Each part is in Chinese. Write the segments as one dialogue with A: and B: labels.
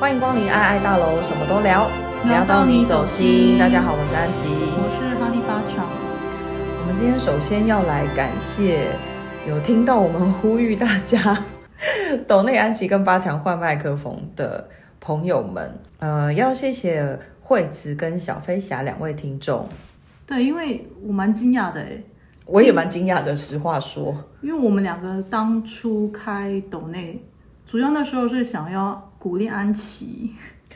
A: 欢迎光临爱爱大楼，什么都聊，
B: 聊到你走心
A: 大家好，我是安琪。
B: 我是哈利巴掌，
A: 我们今天首先要来感谢有听到我们呼吁大家 抖内安琪跟八强换麦克风的朋友们，呃，要谢谢惠子跟小飞侠两位听众，
B: 对，因为我蛮惊讶的诶，
A: 我也蛮惊讶的，实话说，
B: 因为我们两个当初开抖内，主要那时候是想要鼓励安琪，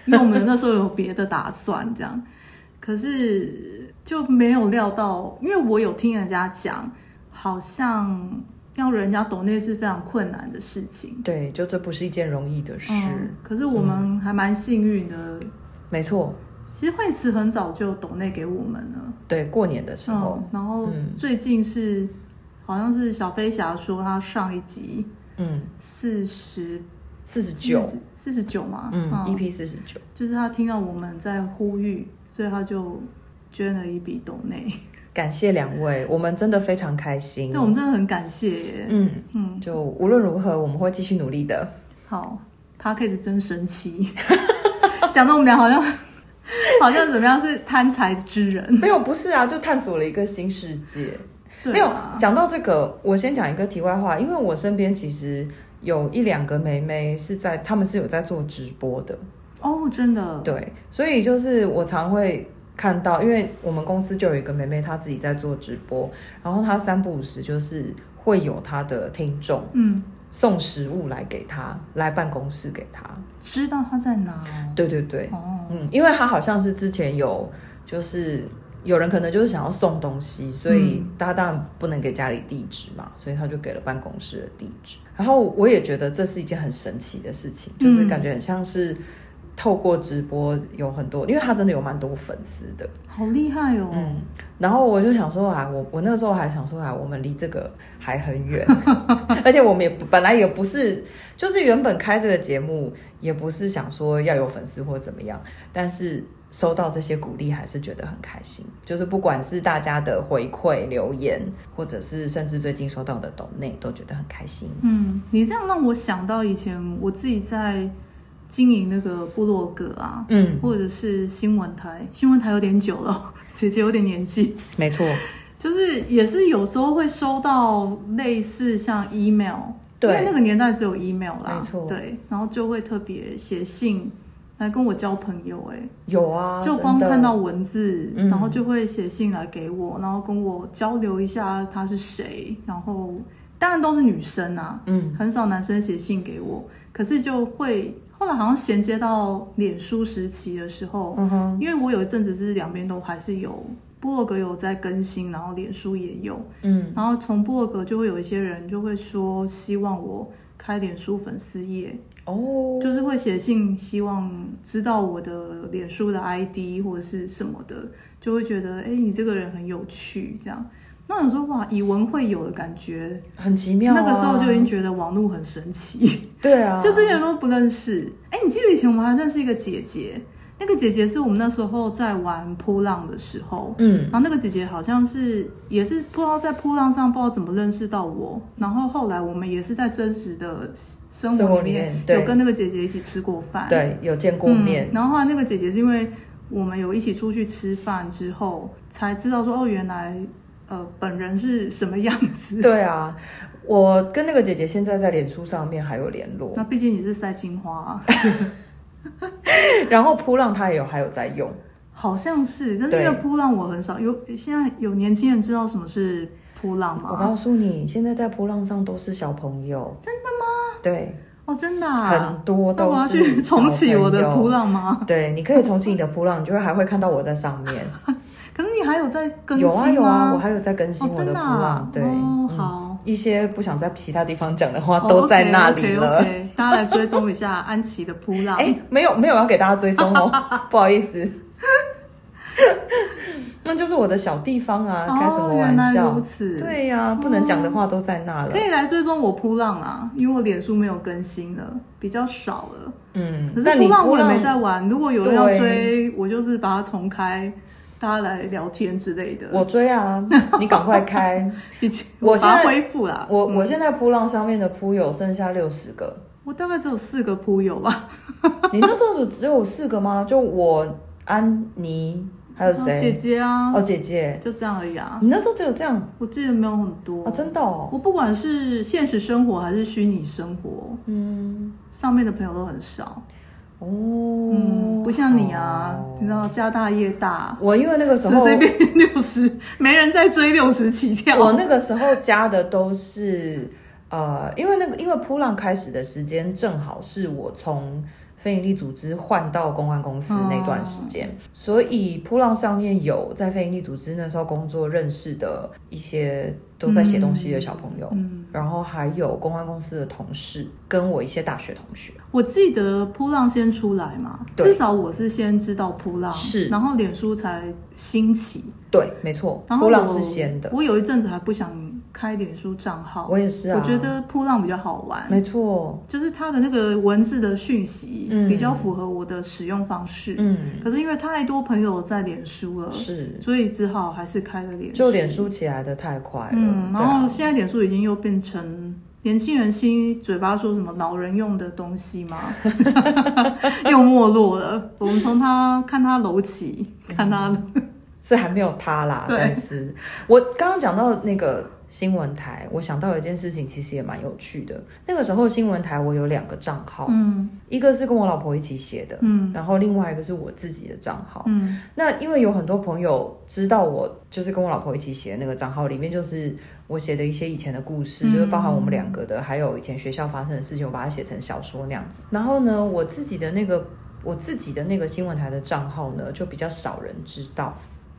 B: 因为我们那时候有别的打算，这样，可是就没有料到，因为我有听人家讲，好像要人家抖内是非常困难的事情，
A: 对，就这不是一件容易的事，
B: 嗯，可是我们还蛮幸运的，
A: 没错，
B: 其实惠慈很早就抖内给我们了。
A: 对，过年的时候。
B: 嗯、然后最近是、好像是小飞侠说他上一集
A: 嗯，
B: 四十
A: 四十九，
B: 四十九嘛，
A: 嗯，EP 四十九，
B: 就是他听到我们在呼吁，所以他就捐了一笔斗内，
A: 感谢两位，我们真的非常开心
B: 对。我们真的很感谢耶。
A: 嗯，
B: 嗯，
A: 就无论如何，我们会继续努力的。
B: 好 p a c k a g e 真神奇， 讲的我们俩好像好像怎么样是贪财之人，
A: 没有，不是啊，就探索了一个新世界。
B: 嗯对
A: 没有
B: 啊
A: 讲到这个，我先讲一个题外话，因为我身边其实有一两个妹妹是在，她们是有在做直播的，
B: 哦，真的，
A: 对，所以就是我常会看到，因为我们公司就有一个妹妹，她自己在做直播，然后她三不五时就是会有她的听众。
B: 嗯，
A: 送食物来给他，来办公室给他。
B: 知道他在哪哦
A: 对对对，
B: 哦，
A: 嗯，因为他好像是之前有，就是有人可能就是想要送东西，所以他当然不能给家里地址嘛，所以他就给了办公室的地址。然后我也觉得这是一件很神奇的事情，就是
B: 嗯
A: 感觉很像是透过直播有很多，因为他真的有蛮多粉丝的。
B: 好厉害哦，
A: 嗯，然后我就想说啊，我我那时候还想说啊，我们离这个还很 远，而且我们也不本来也不是，就是原本开这个节目也不是想说要有粉丝或怎么样，但是收到这些鼓励还是觉得很开心，就是不管是大家的回馈留言，或者是甚至最近收到的抖内，都觉得很开心。
B: 嗯，你这样让我想到以前我自己在经营那个部落格啊，
A: 嗯，
B: 或者是新闻台，新闻台有点久了， 姐姐有点年纪，
A: 没错，
B: 就是也是有时候会收到类似像 email，
A: 对
B: 因为那个年代只有 email 啦，
A: 没错
B: 对，然后就会特别写信来跟我交朋友、欸，
A: 有啊，
B: 就光
A: 真的
B: 看到文字，
A: 嗯
B: 然后就会写信来给我，然后跟我交流一下他是谁，然后当然都是女生啊，
A: 嗯，
B: 很少男生写信给我，可是就会后来好像衔接到脸书时期的时候，
A: 嗯哼，
B: 因为我有一阵子是两边都还是有部落格有在更新，然后脸书也有，
A: 嗯
B: 然后从部落格就会有一些人就会说希望我开脸书粉丝页，
A: 哦，
B: 就是会写信，希望知道我的脸书的 ID 或者是什么的，就会觉得哎、诶你这个人很有趣，这样。那你说哇，以文会友的感觉，
A: 很奇妙、啊，
B: 那个时候就已经觉得网络很神奇，
A: 对啊，
B: 就之前都不认识。哎、你记得以前我们还认识一个姐姐，那个姐姐是我们那时候在玩扑浪的时候，
A: 嗯
B: 然后那个姐姐好像是也是不知道在扑浪上不知道怎么认识到我，然后后来我们也是在真实的生
A: 生活
B: 活
A: 里
B: 里
A: 面
B: 面
A: 对
B: 有跟那个姐姐一起吃过饭，
A: 对有见过面
B: 嗯。。然后后来那个姐姐是因为我们有一起出去吃饭之后，才知道说哦，原来呃本人是什么样 子。
A: 对啊，我跟那个姐姐现在在脸书上面还有联 络，
B: 那毕竟你是塞金花、啊，
A: 然后扑浪她也有还有在用，
B: 好像是，但是
A: 对
B: 那个扑浪我很少有。现在有年轻人知道什么是扑浪
A: 我
B: 吗？
A: 告诉你，现在在扑浪上都是小朋友，真的吗？对，
B: 哦，真的、啊。
A: 很多
B: 那
A: 都
B: 我要
A: 是
B: 去重启我
A: 小
B: 的
A: 朋友
B: 扑。浪吗？
A: 对，你可以重启你的扑浪，你就会还会看到我在上面。
B: 可是你还有在 更新
A: 有
B: 吗？
A: 啊有啊，我还有在更新
B: 哦，
A: 我
B: 真
A: 的扑
B: 的、
A: 浪
B: 啊。。
A: 对，
B: 哦，
A: 嗯
B: 好。
A: 一些不想在其他地方讲的话都在那里
B: 哦、o k o
A: 了。
B: k 大家来追踪一 下安琪的扑浪。
A: 哎，没有没有要给大家追踪 哦，不好意思。 那就是我的小地方啊，开什么
B: 哦、原
A: 玩
B: 来
A: 笑？
B: 如此。哦
A: 对呀、不能讲的话都在那了
B: 可。以来追踪我扑浪啦，因为我脸书没有更新了，比较少了。
A: 嗯
B: 可，是
A: 但你
B: 扑浪我也
A: 浪
B: 没在玩，如果有人要
A: 对
B: 追，我就是把它重开，大家来聊天之类的。
A: 我追 啊，你赶快开！
B: 已经
A: 我
B: 我把
A: 现在
B: 它恢复啦，
A: 我我现在扑浪上面的扑友剩下六十 个，
B: 我大概只有四个铺友吧，
A: 你那时候只有四个吗？就我、安妮还有
B: 然后姐
A: 谁？
B: 姐啊，
A: 哦，姐姐，
B: 就这样而已啊。
A: 你那时候只有这样
B: 我记得没有很多
A: 啊？真的哦，
B: 我不管是现实生活还是虚拟生活，
A: 嗯，
B: 上面的朋友都很少。
A: 哦，
B: 嗯，不啊像你啊，
A: 好
B: 你知道家大业大，
A: 我因为那个时
B: 随
A: 候，
B: 随便便六十， 没人再追六十起跳。
A: 我那个时候加的都是呃，因为那个因为扑浪开始的时间正好是我从非营利组织换到公关公司那段时间，
B: 哦
A: 所以扑浪上面有在非营利组织那时候工作认识的一些都在写东西的小朋友，
B: 嗯，
A: 然后还有公关公司的同事，跟我一些大学同学。
B: 我记得扑浪先出来嘛，
A: 对
B: 至少我是先知道扑浪，
A: 是
B: 然后脸书才兴起。
A: 对，没错，
B: 然后
A: 扑浪
B: 我
A: 是先的，
B: 我有一阵子还不想开脸书账号，
A: 我也是啊，
B: 哦我觉得扑浪比较好玩，
A: 没错，
B: 就是它的那个文字的讯息
A: 嗯
B: 比较符合我的使用方式。
A: 嗯，
B: 可是因为太多朋友在脸书了，
A: 是，
B: 所以只好还是开了脸书。
A: 就脸书起来的太快了，
B: 嗯，
A: 对啊
B: 然后现在脸书已经又变成年轻人新嘴巴说什么老人用的东西吗？ 又没落了。我们从他看他楼起，看他、
A: 是还没有他啦，
B: 对
A: 但是我刚刚讲到那个新闻台，我想到一件事情，其实也蛮有趣的。那个时候新闻台我有两个账号，
B: 嗯
A: 一个是跟我老婆一起写的，
B: 嗯
A: 然后另外一个是我自己的账号。
B: 嗯
A: 那因为有很多朋友知道我就是跟我老婆一起写的那个账号，里面就是我写的一些以前的故事，
B: 嗯
A: 就是包含我们两个的，还有以前学校发生的事情，我把它写成小说那样子。然后呢，我自己的那个我自己的那个新闻台的账号呢，就比较少人知道。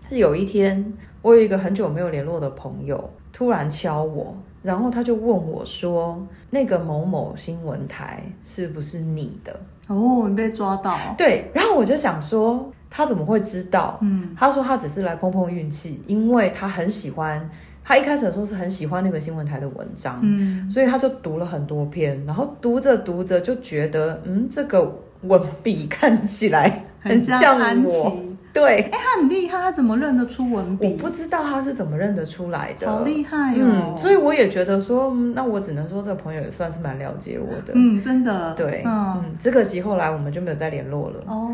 A: 是有一天，我有一个很久没有联络的朋友突然敲我，然后他就问我说：“那个某某新闻台是不是你的
B: 哦，你被抓到，？”
A: 对，然后我就想说，他怎么会知道？
B: 嗯
A: 他说他只是来碰碰运气，因为他很喜欢，他一开始的时候是很喜欢那个新闻台的文章，
B: 嗯，
A: 所以他就读了很多篇，然后读着读着就觉得，嗯，这个文笔看起来 很像
B: 像安琪。
A: 我，对，
B: 哎、他很厉害，他怎么认得出文
A: 我
B: 笔？
A: 不知道他是怎么认得出来的，
B: 好厉害哦！
A: 嗯，所以我也觉得说，嗯那我只能说这个朋友也算是蛮了解我的，
B: 嗯，真的，
A: 对，
B: 嗯，
A: 嗯，只可惜后来我们就没有再联络了。
B: 哦，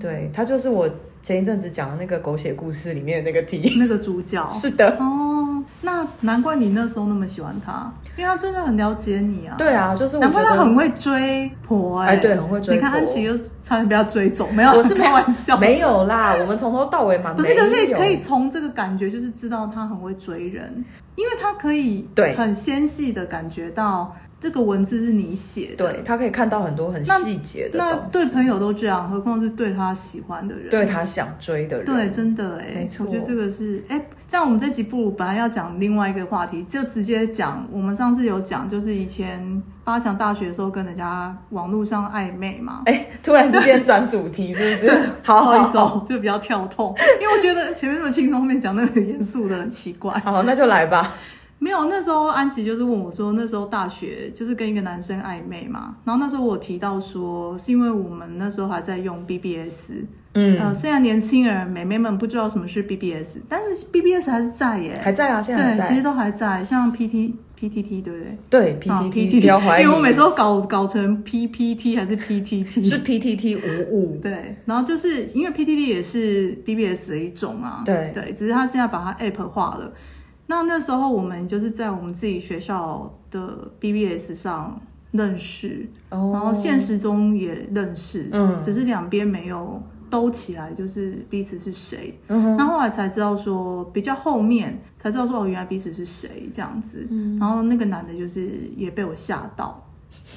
A: 对他就是我前一阵子讲的那个狗血故事里面的那个 T，
B: 那个主角
A: 是的，
B: 哦，那难怪你那时候那么喜欢他，因为他真的很了解你啊。
A: 对啊，就是我
B: 难
A: 觉
B: 怪
A: 得
B: 他很会追婆哎、
A: 哎对很会追
B: 你看
A: 婆
B: 安琪又差点被他追走，没有，
A: 我是没
B: 开玩笑，
A: 没有啦，我们从头到尾嘛，
B: 不是，可
A: 没
B: 是
A: 有
B: 可以从这个感觉就是知道他很会追人，因为他可以
A: 对
B: 很纤细的感觉到这个文字是你写的，
A: 对，他可以看到很多很
B: 那
A: 细节的
B: 那
A: 东西，
B: 对朋友都这样，何况是对他喜欢的人，
A: 对他想追的人，
B: 对，真的哎
A: 没，错
B: 我觉得这个是哎，这样我们这集不如本来要讲另外一个话题，就直接讲我们上次有讲，就是以前八强大学的时候跟人家网络上暧昧嘛。
A: 哎，突然之间转主题是不 是？好
B: 不好意思
A: 好，
B: 哦，就比较跳痛，因为我觉得前面那么轻松，后面讲那个很严肃的很奇怪。
A: 好，那就来吧。
B: 没有，那时候安琪就是问我说，那时候大学就是跟一个男生暧昧嘛，然后那时候我有提到说，是因为我们那时候还在用 BBS，
A: 嗯，
B: 呃，虽然年轻人美眉们不知道什么是 BBS，但是 BBS 还是在耶，
A: 还在啊，现在还
B: 对，其实
A: 在，
B: 都还在，像 PT、PTT 对不对
A: 对
B: 啊
A: PTT，不要怀疑，
B: 因为我每次都搞搞成 PPT 还 是 PTT，
A: 是 PTT 无误，
B: 对，然后就是因为 PTT 也是 BBS 的一种啊，
A: 对
B: 对，只是它现在把它 App 化了。那那时候我们就是在我们自己学校的 BBS 上认识，
A: 哦
B: 然后现实中也认识，
A: 嗯
B: 只是两边没有兜起来，就是彼此是谁。
A: 嗯哼
B: 那后来才知道说，比较后面才知道说，哦，原来彼此是谁这样子。
A: 嗯
B: 然后那个男的就是也被我吓到。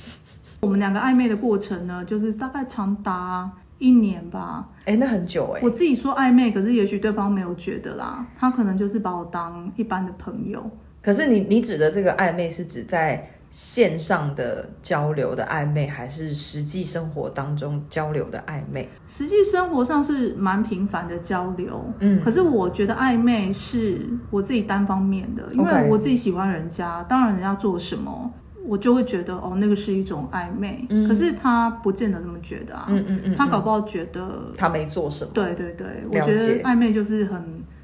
B: 我们两个暧昧的过程呢，就是大概长达一年吧。
A: 哎，那很久哎，
B: 我自己说暧昧，可是也许对方没有觉得啦，他可能就是把我当一般的朋友。
A: 可是你你指的这个暧昧是指在。线上的交流的暧昧，还是实际生活当中交流的暧昧？
B: 实际生活上是蛮频繁的交流，
A: 嗯
B: 可是我觉得暧昧是我自己单方面的，因
A: OK
B: 为我自己喜欢人家，当然人家做什么，我就会觉得哦，那个是一种暧昧。
A: 嗯
B: 可是他不见得这么觉得啊，
A: 嗯嗯嗯，
B: 他搞不好觉得，
A: 他没做什么，
B: 对对对，我
A: 了
B: 觉
A: 解
B: 得暧昧就是很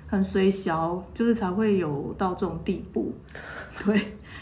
B: 很随小，就是才会有到这种地步。 对，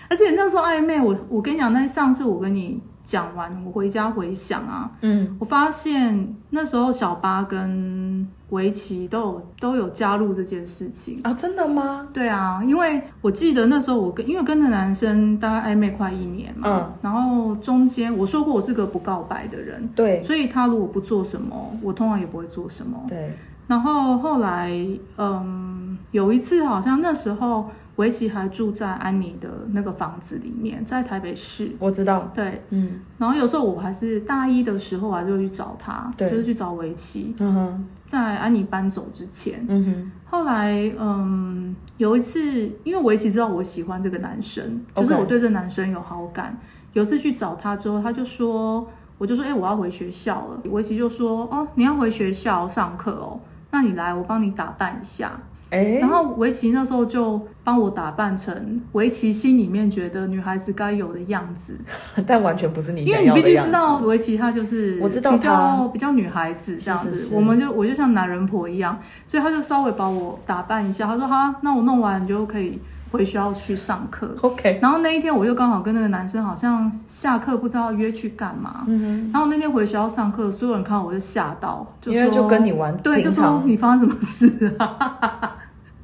B: 而且那时候暧昧，我我跟你讲，那上次我跟你讲完，我回家回想啊，
A: 嗯，
B: 我发现那时候小八跟围棋都有都有加入这件事情。
A: 啊，真的吗？
B: 对啊，因为我记得那时候我跟因为跟那男生大概暧昧快一年嘛，
A: 嗯
B: 然后中间我说过我是个不告白的人，
A: 对
B: 所以他如果不做什么，我通常也不会做什么。
A: 对，
B: 然后后来，嗯，有一次好像那时候围棋还住在安妮的那个房子里面，在台北市。
A: 我知道，
B: 对，
A: 嗯
B: 然后有时候我还是大一的时候，我还是会去找他，
A: 对
B: 就是去找围棋，
A: 嗯哼
B: 在安妮搬走之前。
A: 嗯哼，
B: 后来，嗯，有一次，因为围棋知道我喜欢这个男生，就
A: OK
B: 是我对这男生有好感。有一次去找他之后，他就说，我就说，哎、我要回学校了。围棋就说，哦，你要回学校上课哦，那你来，我帮你打扮一下。
A: 哎
B: 然，后围棋那时候就帮我打扮成围棋心里面觉得女孩子该有的样子。
A: 但完全不是你
B: 因
A: 想
B: 为你
A: 要
B: 必
A: 的
B: 须
A: 样子。
B: 知道围棋，它就是
A: 我知道
B: 比
A: 它
B: 较比较女孩子这样子，
A: 是是是
B: 我们就我就像男人婆一样，所以他就稍微把我打扮一下，他说好，那我弄完你就可以回学校去上课。
A: OK，
B: 然后那一天我又刚好跟那个男生好像下课不知道约去干嘛，
A: 嗯
B: 然后那天回学校上课，所有人看到我就吓到，
A: 哼，
B: 就
A: 因为
B: 说
A: 就跟你玩，
B: 对，就
A: 平
B: 说
A: 常
B: 你发生什么事啊？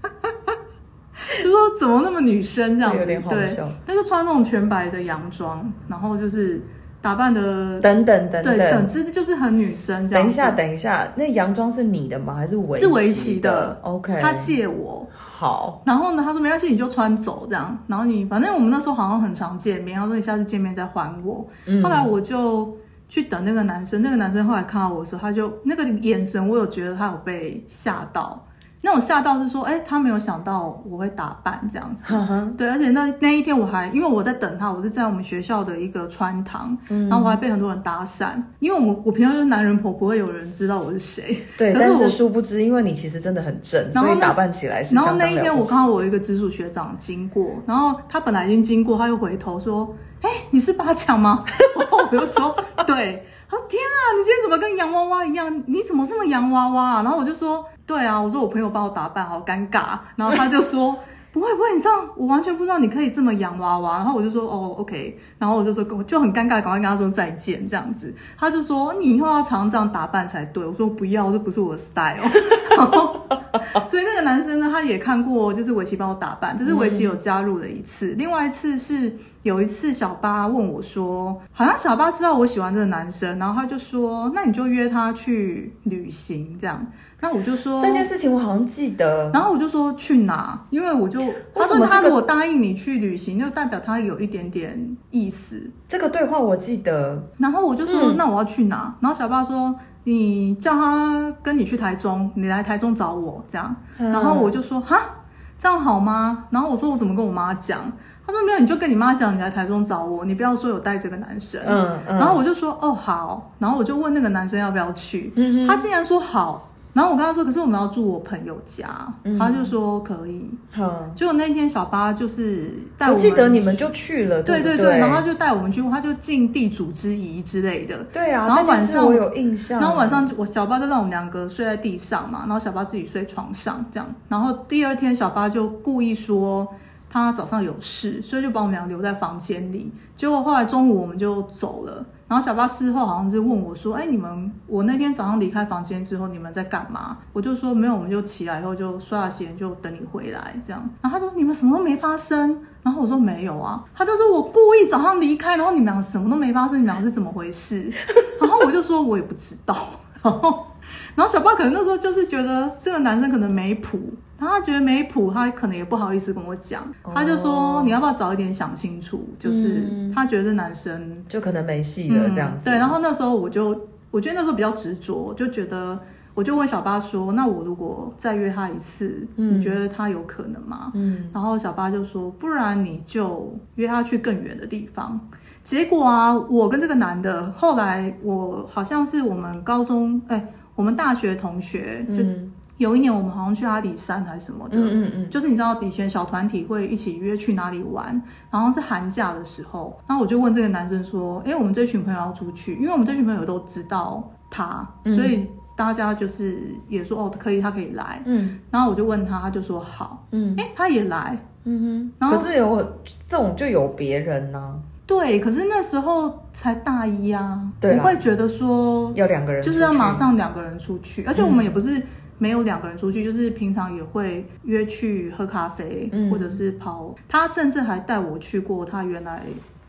B: 就说怎么那么女生这样子，
A: 有点好
B: 对，
A: 笑。
B: 他就穿那种全白的洋装，然后就是打扮的，
A: 等等等
B: 对，
A: 等
B: 等，之就是很女生这样。
A: 等一下，，等一下，那洋装是你的吗？还是围
B: 是围棋
A: 棋
B: 的
A: ？OK，
B: 他借我，
A: 好，
B: 然后呢，他说没关系，你就穿走这样。然后你反正我们那时候好像很常见面，他说你下次见面再还我。
A: 嗯
B: 后来我就去等那个男生，那个男生后来看到我的时候，他就那个眼神，我有觉得他有被吓到。那种吓到是说，哎、他没有想到我会打扮这样子，
A: 哈哈，
B: 对，而且那那一天我还因为我在等他，我是在我们学校的一个穿堂，然后我还被很多人搭讪，因为我们我平常就是男人婆，不会有人知道我是谁。
A: 对，
B: 可是
A: 但是
B: 我
A: 殊不知，因为你其实真的很正，
B: 然后
A: 所以
B: 那
A: 打
B: 时
A: 扮起来是
B: 然后
A: 相
B: 那
A: 当
B: 一天
A: 了
B: 我
A: 不起
B: 看。到我一个直属学长经过，然后他本来已经经过，他又回头说：“哎、你是八强吗？” 然后我就说：“对。”他说：“天啊，你今天怎么跟洋娃娃一样？你怎么这么洋娃娃、啊？”然后我就说：“对啊，我说我朋友帮我打扮，好尴尬。”然后他就说。不会不会，你这样我完全不知道你可以这么洋娃娃。然后我就说哦，OK，然后我就说我就很尴尬，赶快跟他说再见这样子。他就说你以后要常这样打扮才对。我说不要，这不是我的 style。然后所以那个男生呢，他也看过，就是围棋帮我打扮，这是围
A: 嗯
B: 棋有加入的一次。另外一次是有一次小八问我说，好像小八知道我喜欢这个男生，然后他就说，那你就约他去旅行这样。那我就说
A: 这件事情我好像记得，
B: 然后我就说去哪，因为我就他
A: 为什么这
B: 说
A: 个
B: 他如果答应你去旅行，就代表他有一点点意思。
A: 这个对话我记得，
B: 然后我就说、
A: 嗯
B: 那我要去哪？然后小爸说你叫他跟你去台中，你来台中找我这样。
A: 嗯
B: 然后我就说哈，这样好吗？然后我说我怎么跟我妈讲？他说没有，你就跟你妈讲你来台中找我，你不要说有带这个男生。
A: 嗯嗯，
B: 然后我就说哦好，然后我就问那个男生要不要去，
A: 嗯
B: 他竟然说好。然后我跟他说，可是我们要住我朋友家，
A: 嗯
B: 他就说可以。
A: 好，
B: 结果那天小八就是带
A: 我
B: 们
A: 记得你们就去了，
B: 对
A: 对
B: 对
A: 不
B: 对，然后他就带我们去，他就尽地主之谊之类的。
A: 对啊，
B: 然后
A: 这件事
B: 晚上
A: 我有印象，
B: 然后晚上我小八就让我们两个睡在地上嘛，然后小八自己睡床上这样。然后第二天小八就故意说他早上有事，所以就把我们俩留在房间里。结果后来中午我们就走了。然后小八事后好像是问我说：“哎，你们我那天早上离开房间之后，你们在干嘛？”我就说：“没有，我们就起来以后就刷牙洗脸，就等你回来这样。”然后他说：“你们什么都没发生。”然后我说：“没有啊。”他就说：“我故意早上离开，然后你们俩什么都没发生，你们俩是怎么回事？” 然后我就说：“我也不知道。” 然后，然后小八可能那时候就是觉得这个男生可能没谱，然后他觉得没谱，他可能也不好意思跟我讲，他就说：“你要不要早一点想清楚？”就是
A: 嗯
B: 他觉得这男生。
A: 就可能没戏了
B: 嗯
A: 这样子，
B: 对，然后那时候我就，我觉得那时候比较执着，就觉得我就问小八说：“那我如果再约他一次，
A: 嗯
B: 你觉得他有可能吗
A: 嗯，？”
B: 然后小八就说：“不然你就约他去更远的地方。”结果啊，我跟这个男的，后来我好像是我们高中，哎，我们大学同学，就
A: 嗯
B: 有一年我们好像去阿里山还是什么的，
A: 嗯嗯嗯，
B: 就是你知道以前小团体会一起约去哪里玩，然后是寒假的时候，然后我就问这个男生说：“哎、我们这群朋友要出去，因为我们这群朋友都知道他，
A: 嗯
B: 所以大家就是也说哦可以，他可以来。
A: 嗯”
B: 然后我就问他，他就说好，
A: 嗯
B: 哎、他也来。
A: 嗯
B: 然
A: 哼，
B: 后
A: 可是有这种就有别人啊呐、
B: 对，可是那时候才大一啊，
A: 对啦
B: 我会觉得说
A: 要两个人
B: 就是要马
A: 出
B: 上两个人出
A: 嗯
B: 去，而且我们也不是没有两个人出去，就是平常也会约去喝咖啡，
A: 嗯
B: 或者是跑。他甚至还带我去过他原来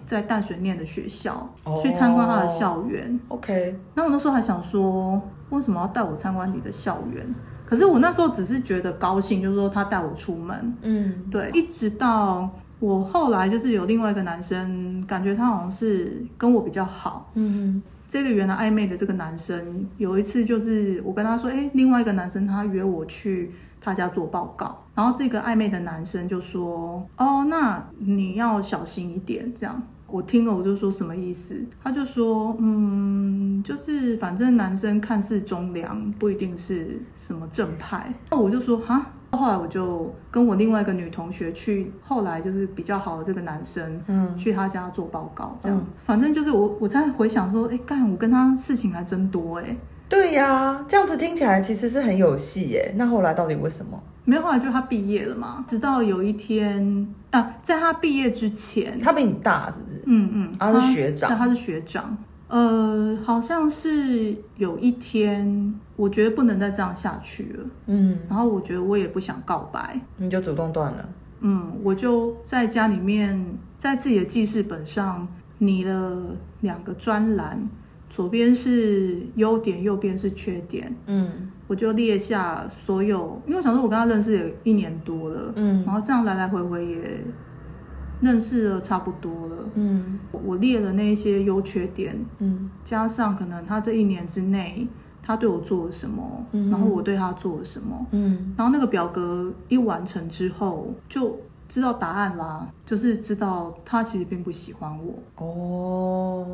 B: 在淡水念的学校，
A: 哦
B: 去参观他的校园。
A: 去 OK，
B: 那我那时候还想说，为什么要带我参观你的校园？可是我那时候只是觉得高兴，就是说他带我出门，
A: 嗯
B: 对，一直到我后来就是有另外一个男生，感觉他好像是跟我比较好，
A: 嗯
B: 这个原来暧昧的这个男生，有一次就是我跟他说，哎、另外一个男生他约我去他家做报告，然后这个暧昧的男生就说，哦，那你要小心一点，这样。我听了我就说什么意思？他就说，嗯，就是反正男生看似忠良，不一定是什么正派。那我就说，哈。后来我就跟我另外一个女同学去，后来就是比较好的这个男生，
A: 嗯，
B: 去他家做报告，这样。反正就是我我在回想说，哎、干，我跟他事情还真多哎、
A: 对呀、这样子听起来其实是很有戏耶。那后来到底为什么？
B: 没有，后来就他毕业了嘛。直到有一天，啊，在他毕业之前，
A: 他比你大是不是？
B: 嗯嗯，
A: 啊他是学长
B: 对，他是学长。呃，好像是有一天，我觉得不能再这样下去了，
A: 嗯，
B: 然后我觉得我也不想告白，
A: 你就主动断了。
B: 嗯，我就在家里面，在自己的记事本上拟了两个专栏，左边是优点，右边是缺点，
A: 嗯
B: 我就列下所有，因为我想说，我跟他认识也一年多了，
A: 嗯
B: 然后这样来来回回也认识了差不多了，
A: 嗯
B: 我列了那一些优缺点，
A: 嗯
B: 加上可能他这一年之内他对我做了什么，
A: 嗯
B: 然后我对他做了什么。
A: 嗯，
B: 然后那个表格一完成之后，就知道答案啦，就是知道他其实并不喜欢我。
A: 哦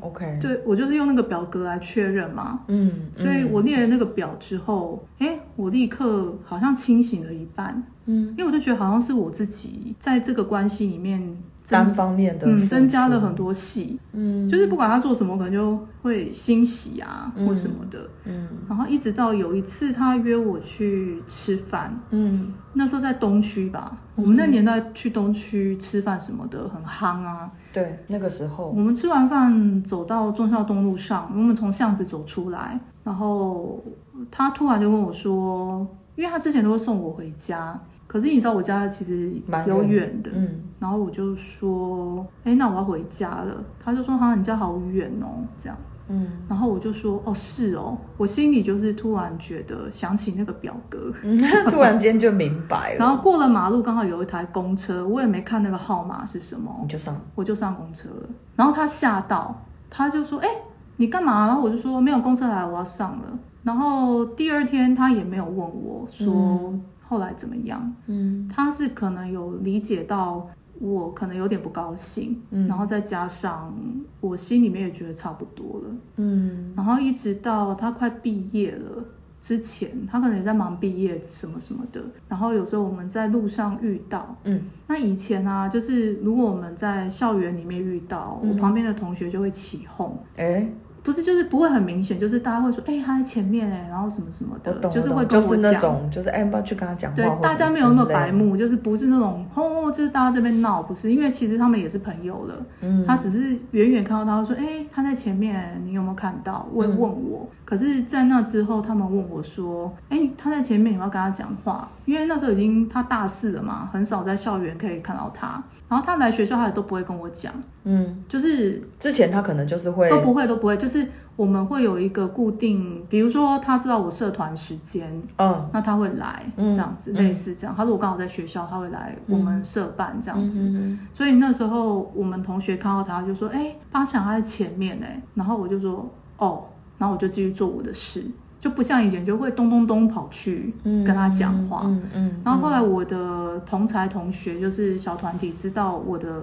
A: ，OK，
B: 对我就是用那个表格来确认嘛，
A: 嗯，
B: 所以我列了那个表之后，哎，我立刻好像清醒了一半，
A: 嗯
B: 因为我就觉得好像是我自己在这个关系里面增
A: 单方面的
B: 嗯增加
A: 付出
B: 了很多戏，
A: 嗯
B: 就是不管他做什么，我可能就会欣喜啊
A: 嗯
B: 或什么的。
A: 嗯
B: 然后一直到有一次他约我去吃饭，
A: 嗯
B: 那时候在东区吧，我们那年代去东区吃饭什么的很夯啊。
A: 对那个时候
B: 我们吃完饭走到忠孝东路上，我们从巷子走出来，然后他突然就跟我说，因为他之前都会送我回家，可是你知道我家其实
A: 蛮
B: 有
A: 远
B: 远的，
A: 嗯
B: 然后我就说，哎、那我要回家了。他就说，哈、你家好远哦，这样。
A: 嗯
B: 然后我就说，哦，是哦，我心里就是突然觉得想起那个表格，
A: 嗯，突然间就明白了，
B: 然后过了马路，刚好有一台公车，我也没看那个号码是什么
A: 你，就上
B: 我就上公车了。然后他吓到，他就说：“哎、你干嘛？”然后我就说：“没有公车来，我要上了。”然后第二天他也没有问我说后来怎么样，
A: 嗯
B: 他是可能有理解到我可能有点不高兴，
A: 嗯
B: 然后再加上我心里面也觉得差不多了，
A: 嗯
B: 然后一直到他快毕业了之前，他可能也在忙毕业什么什么的。然后有时候我们在路上遇到，
A: 嗯
B: 那以前啊，就是如果我们在校园里面遇到，
A: 嗯
B: 我旁边的同学就会起哄。
A: 哎，
B: 不是，就是不会很明显，就是大家会说，哎、他在前面哎、然后什么什么
A: 我
B: 的，
A: 懂，
B: 就是
A: 我
B: 会
A: 懂
B: 跟
A: 就
B: 我
A: 是那
B: 讲，
A: 种就是哎，要不要去跟他讲话
B: 对
A: 或什，么
B: 大家没有那么
A: 之类
B: 白目，就是不是那种轰轰，就是大家这边闹，不是，因为其实他们也是朋友了，
A: 嗯
B: 他只是远远看到他会说：“哎、他在前面，你有没有看到？”会
A: 嗯
B: 问我。可是，在那之后，他们问我说：“哎、他在前面，你要不要跟他讲话？”因为那时候已经他大四了嘛，很少在校园可以看到他。然后他来学校，他也都不会跟我讲，
A: 嗯，
B: 就是
A: 之前他可能就是会
B: 都不会，都不会。就是我们会有一个固定，比如说他知道我社团时间，
A: 嗯
B: 那他会来、
A: 嗯
B: 这样子，
A: 嗯
B: 类似这样。他如果刚好在学校，他会来我们社办这
A: 这
B: 样子。
A: 嗯
B: 所以那时候我们同学看到他就说：“哎、八强他在前面哎、然后我就说：“哦。”然后我就继续做我的事。就不像以前就会咚咚咚跑去跟他讲话。
A: 嗯嗯嗯
B: 然后后来我的同才同学就是小团体知道我的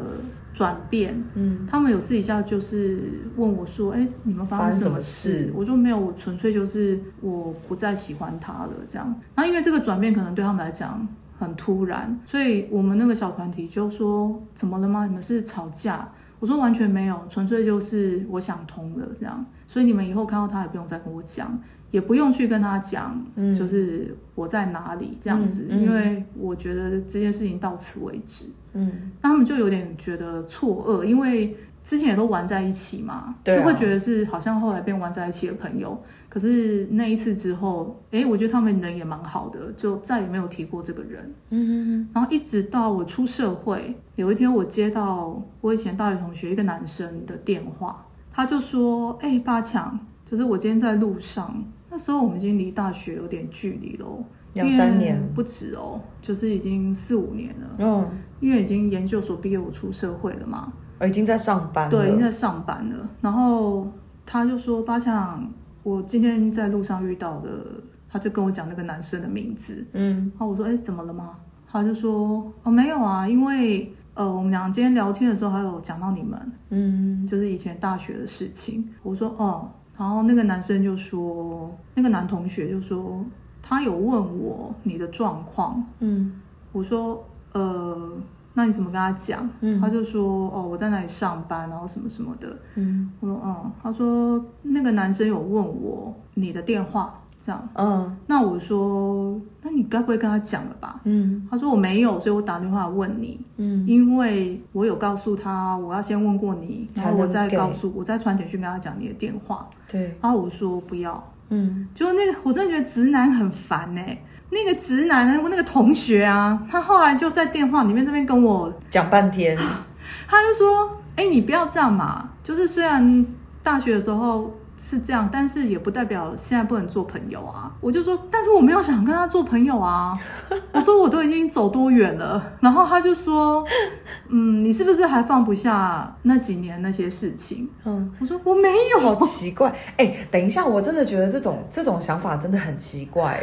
B: 转变，
A: 嗯，
B: 他们有私底下就是问我说：“哎，你们发
A: 发
B: 生什么
A: 生什么
B: 事
A: 事？”
B: 我说：“没有，我纯粹就是我不再喜欢他了。”这样。然后因为这个转变可能对他们来讲很突然，所以我们那个小团体就说：“怎么了吗？你们是吵架？”我说：“完全没有，纯粹就是我想通了这样。所以你们以后看到他也不用再跟我讲，也不用去跟他讲，就是我在哪里这样子，
A: 嗯嗯
B: 因为我觉得这件事情到此为止。”
A: 嗯
B: 那他们就有点觉得错愕，因为之前也都玩在一起嘛，
A: 对啊
B: 就会觉得是好像后来变玩在一起的朋友。可是那一次之后，诶，我觉得他们人也蛮好的，就再也没有提过这个人。
A: 嗯
B: 然后一直到我出社会，有一天我接到我以前大学同学一个男生的电话，他就说：“哎、八强，就是我今天在路上，那时候我们已经离大学有点距离喽，
A: 两三年
B: 因为不止哦，就是已经四五年了。”
A: 嗯，
B: 因为已经研究所毕业，我出社会了嘛，
A: 我已经在上班了，
B: 对，已经在上班了。然后他就说：“八强，我今天在路上遇到的，他就跟我讲那个男生的名字。
A: 嗯，
B: 然后我说：‘哎、怎么了吗？’他就说：‘哦，没有啊，因为呃，我们俩今天聊天的时候还有讲到你们，
A: 嗯
B: 就是以前大学的事情。’我说：‘哦。’然后那个男生就说，那个男同学就说，他有问我你的状况，
A: 嗯
B: 我说，呃，那你怎么跟他讲？
A: 嗯
B: 他就说，哦，我在那里上班，然后什么什么的。
A: 嗯
B: 我说，嗯，他说那个男生有问我你的电话，这样。
A: 嗯
B: 那我说，那你该不会跟他讲了吧？
A: 嗯
B: 他说我没有，所以我打电话问你，
A: 嗯
B: 因为我有告诉他我要先问过你，然后我再
A: 才能
B: 告
A: 给
B: 诉我再传简讯跟他讲你的电话。
A: 对，
B: 然后我说不要，
A: 嗯
B: 就那个，我真的觉得直男很烦呢、欸那个直男，那个同学啊，他后来就在电话里面这边跟我，
A: 讲半天，
B: 他就说：“哎、你不要这样嘛，就是虽然大学的时候是这样，但是也不代表现在不能做朋友啊。”我就说：“但是我没有想跟他做朋友 啊。”我说：“我都已经走多远了。”然后他就说：“嗯，你是不是还放不下那几年那些事情
A: 嗯。？”
B: 我说：“我没有。”啊
A: 好奇怪，哎、等一下，我真的觉得这种这种想法真的很奇怪、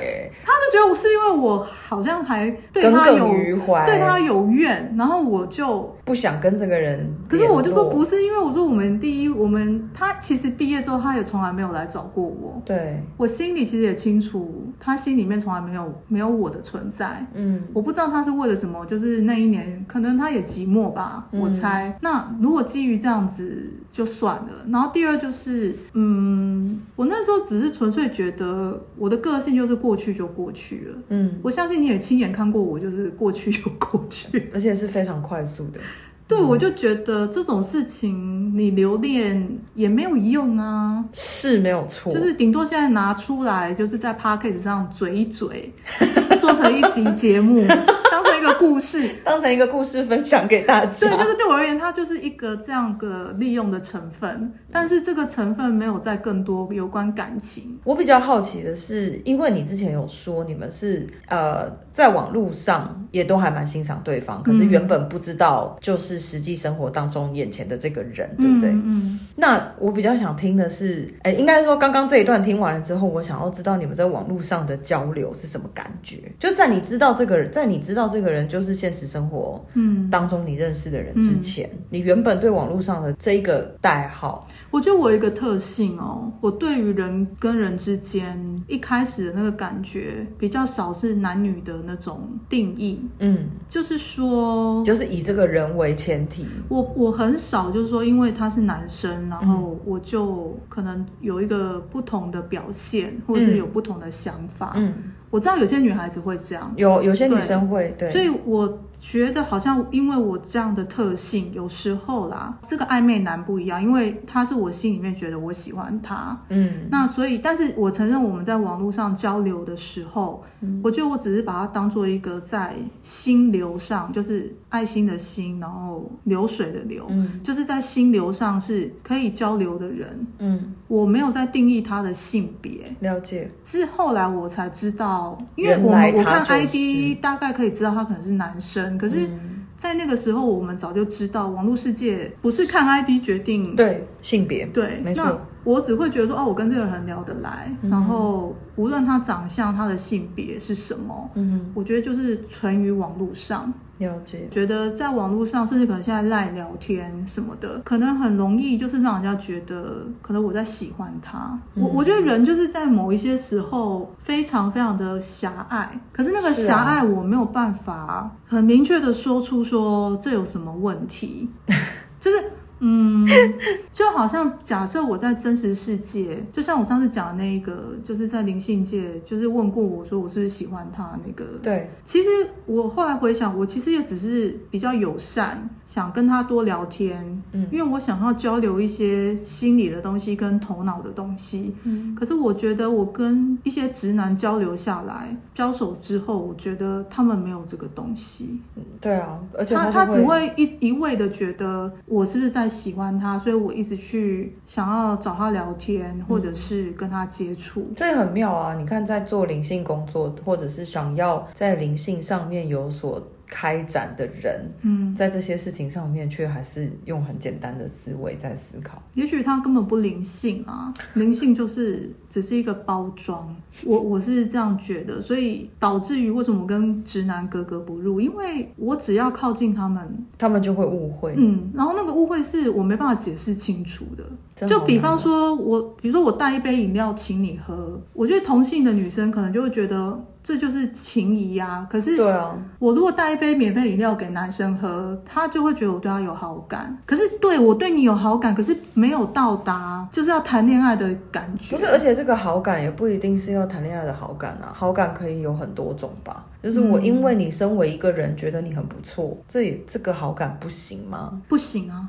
B: 他就觉得我是因为我好像还
A: 哎，
B: 对
A: 耿
B: 他有
A: 耿于怀，
B: 对他有怨，然后我就，
A: 不想跟这个人。
B: 可是我就说，不是，因为我说我们第一，我们他其实毕业之后他也从来没有来找过我，
A: 对，
B: 我心里其实也清楚，他心里面从来没有没有我的存在。
A: 嗯
B: 我不知道他是为了什么，就是那一年可能他也寂寞吧，
A: 嗯
B: 我猜。那如果基于这样子就算了，然后第二就是，嗯，我那时候只是纯粹觉得我的个性就是过去就过去了，
A: 嗯，
B: 我相信你也亲眼看过我，就是过去就过去。
A: 而且是非常快速的，
B: 对，我就觉得这种事情你留恋也没有用啊，
A: 是没有错，
B: 就是顶多现在拿出来，就是在 p a c k a g e 上嘴一嘴， 做成一集节 目，当成一个故事。
A: 当成一个故事分享给大家。
B: 对，就是对我而言，它就是一个这样的利用的成
A: 嗯
B: 分，但是这个成分没有在更多有关感情。
A: 我比较好奇的是，因为你之前有说你们是呃在网络上也都还蛮欣赏对方，
B: 嗯
A: 可是原本不知道就是实际生活当中眼前的这个人，对不对？
B: 嗯嗯，
A: 那我比较想听的是，哎，应该说刚刚这一段听完了之后，我想要知道你们在网络上的交流是什么感觉？就在你知道这个人，在你知道这个人就是现实生活
B: 嗯
A: 当中你认识的人之前，你原本对网络上的这一个代号，
B: 我觉得我有一个特性哦，我对于人跟人之间一开始的那个感觉比较少是男女的那种定义，
A: 嗯，
B: 就是说
A: 就是以这个人为前提，
B: 我我很少就是说因为他是男生，然后我就可能有一个不同的表现，或者是有不同的想法。
A: 嗯，
B: 我知道有些女孩子会这样，
A: 有有些女生会对，
B: 所以我觉得好像因为我这样的特性，有时候啦，这个暧昧男不一样，因为他是我心里面觉得我喜欢他，
A: 嗯
B: 那所以，但是我承认我们在网络上交流的时候，
A: 嗯
B: 我觉得我只是把它当做一个在心流上，就是爱心的心，然后流水的流，
A: 嗯
B: 就是在心流上是可以交流的人。
A: 嗯，
B: 我没有在定义他的性别，
A: 了解，
B: 是后来我才知道，因为我
A: 原来
B: 们
A: 他
B: 我看
A: 就是
B: ID 大概可以知道他可能是男生，可是，
A: 嗯
B: 在那个时候我们早就知道，网络世界不是看 ID 决定
A: 对性别，
B: 对，
A: 没错嗯
B: 那我只会觉得说，哦，我跟这个人很聊得来，然后无论他长相、他的性别是什么，
A: 嗯
B: 我觉得就是存于网络上。
A: 哼，了解，
B: 觉得在网络上，甚至可能现在赖聊天什么的，可能很容易就是让人家觉得，可能我在喜欢他。我
A: 嗯
B: 我觉得人就是在某一些时候非常非常的狭隘，可是那个
A: 是啊
B: 狭隘我没有办法很明确的说出说这有什么问 题，就是。嗯，就好像假设我在真实世界，就像我上次讲的那个，就是在灵性界，就是问过我说我是不是喜欢他那个
A: 对，
B: 其实我后来回想，我其实也只是比较友善，想跟他多聊天，
A: 嗯，
B: 因为我想要交流一些心理的东西跟头脑的东西。
A: 嗯，
B: 可是我觉得我跟一些直男交流下来，交手之后，我觉得他们没有这个东西，
A: 对啊，而且
B: 他
A: 他就
B: 只会一一味的觉得我是不是在喜欢他，所以我一直去想要找他聊天，或
A: 嗯
B: 者是跟他接触。
A: 这也很妙啊！你看，在做灵性工作，或者是想要在灵性上面有所开展的人，
B: 嗯，
A: 在这些事情上面，却还是用很简单的思维在思考。
B: 也许它根本不灵性啊，灵性就是只是一个包装，我我是这样觉得，所以导致于为什么我跟直男格格不入，因为我只要靠近他们，
A: 他们就会误会。
B: 嗯，然后那个误会是我没办法解释清楚的，
A: 真好
B: 就
A: 难哦
B: 比方说我，比如说我带一杯饮料请你喝，我觉得同性的女生可能就会觉得这就是情谊啊，可是
A: 对啊，
B: 我如果带一杯免费饮料给男生喝，他就会觉得我对他有好感。可是对我对你有好感，可是没有到达就是要谈恋爱的感觉。
A: 不是，而且这个好感也不一定是要谈恋爱的好感啊，好感可以有很多种吧。就是
B: 嗯
A: 我因为你身为一个人，觉得你很不错，这也这个好感不行吗？
B: 不行 啊，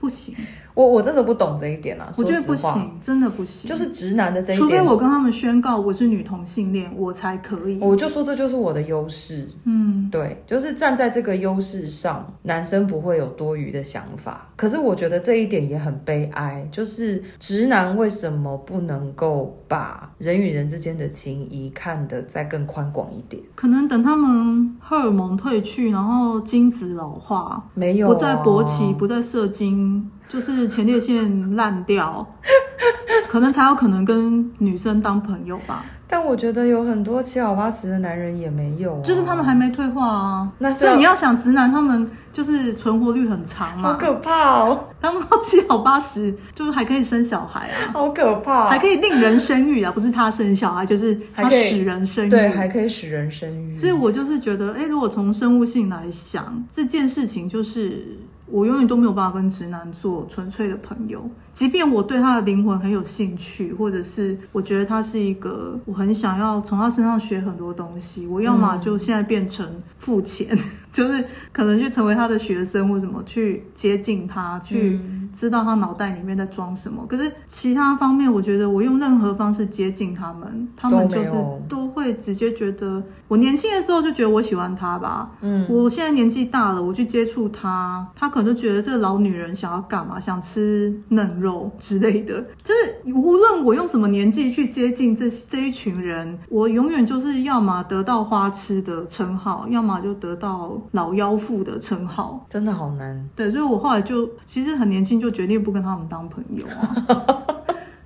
B: 不行，啊
A: 我我真的不懂这一点啊，
B: 我
A: 说
B: 觉得
A: 实
B: 不
A: 话，
B: 行，真的不行。
A: 就是直男的这一
B: 除非
A: 点，
B: 我跟他们宣告我是女同性恋，我才可以。
A: 我就说这就是我的优势。
B: 嗯，
A: 对，就是站在这个优势上，男生不会有多余的想法。可是我觉得这一点也很悲哀，就是直男为什么不能够把人与人之间的情谊看得再更宽广一点？
B: 可能等他们荷尔蒙褪去，然后精子老化，
A: 没有、啊，
B: 不再勃起，不再射精，就是前列腺烂掉， 可能才有可能跟女生当朋友吧。
A: 但我觉得有很多七老八十的男人也没有、啊，
B: 就是他们还没退化啊。
A: 那是
B: 所
A: 要
B: 以你要想，直男他们就是存活率很长
A: 好
B: 嘛，
A: 可怕哦，
B: 他们到七老八十就是还可以生小孩啊，
A: 好可怕、
B: 还可以令人生育啊，不是他生小孩，就是他
A: 还可以
B: 使人生育。
A: 对，还可以使人生育。
B: 所以我就是觉得，哎、如果从生物性来想，这件事情就是我永远都没有办法跟直男做纯粹的朋友，即便我对他的灵魂很有兴趣，或者是我觉得他是一个我很想要从他身上学很多东西，我要么就现在变成付钱， 就是可能去成为他的学生或什么，去接近他，去
A: 嗯
B: 知道他脑袋里面在装什么。可是其他方面，我觉得我用任何方式接近他们，他们
A: 都
B: 就
A: 没
B: 是
A: 有
B: 都会直接觉得，我年轻的时候就觉得我喜欢他吧，
A: 嗯，
B: 我现在年纪大了，我去接触他，他可能就觉得这个老女人想要干嘛，想吃嫩肉之类的。就是无论我用什么年纪去接近这这一群人，我永远就是要么得到花痴的称号，要么就得到老妖妇的称号。
A: 真的好难，
B: 对，所以我后来就其实很年轻就决定不跟他们当朋友啊，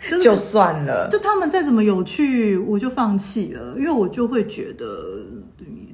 B: 就是
A: 就算了，
B: 就他们再怎么有趣，我就放弃了，因为我就会觉得，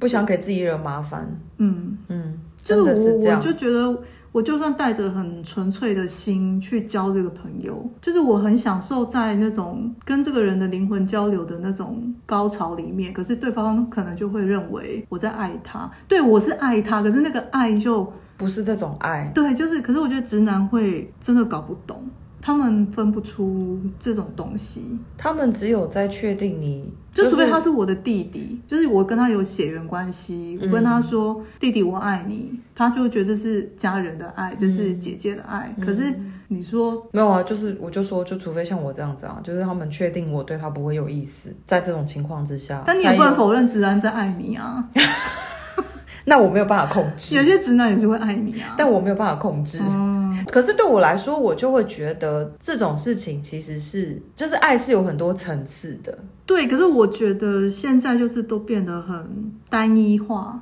A: 不想给自己惹麻烦。
B: 嗯，
A: 嗯，真
B: 就
A: 的
B: 是
A: 是这
B: 我我
A: 样。
B: 就觉得，我就算带着很纯粹的心去交这个朋友，就是我很享受在那种跟这个人的灵魂交流的那种高潮里面，可是对方可能就会认为我在爱他，对我是爱他，可是那个爱就
A: 不是这种爱，
B: 对，就是，可是我觉得直男会真的搞不懂，他们分不出这种东西，
A: 他们只有在确定你，
B: 就除非
A: 是
B: 他是我的弟弟，就是我跟他有血缘关系，
A: 嗯
B: 我跟他说、弟弟我爱你，他就会觉得这是家人的
A: 嗯
B: 爱，这是姐姐的爱。可是你说，
A: 没有啊，就是我就说，就除非像我这样子啊，就是他们确定我对他不会有意思，在这种情况之下，
B: 但你也
A: 啊才
B: 不能
A: 有
B: 否认直男在爱你啊，
A: 那我没有办法控
B: 有
A: 制，
B: 些直男也是会爱你啊。
A: 但我没有办法控制，
B: 嗯，
A: 可是对我来说，我就会觉得这种事情其实是，就是爱是有很多层次的。
B: 对，可是我觉得现在就是都变得很单一化，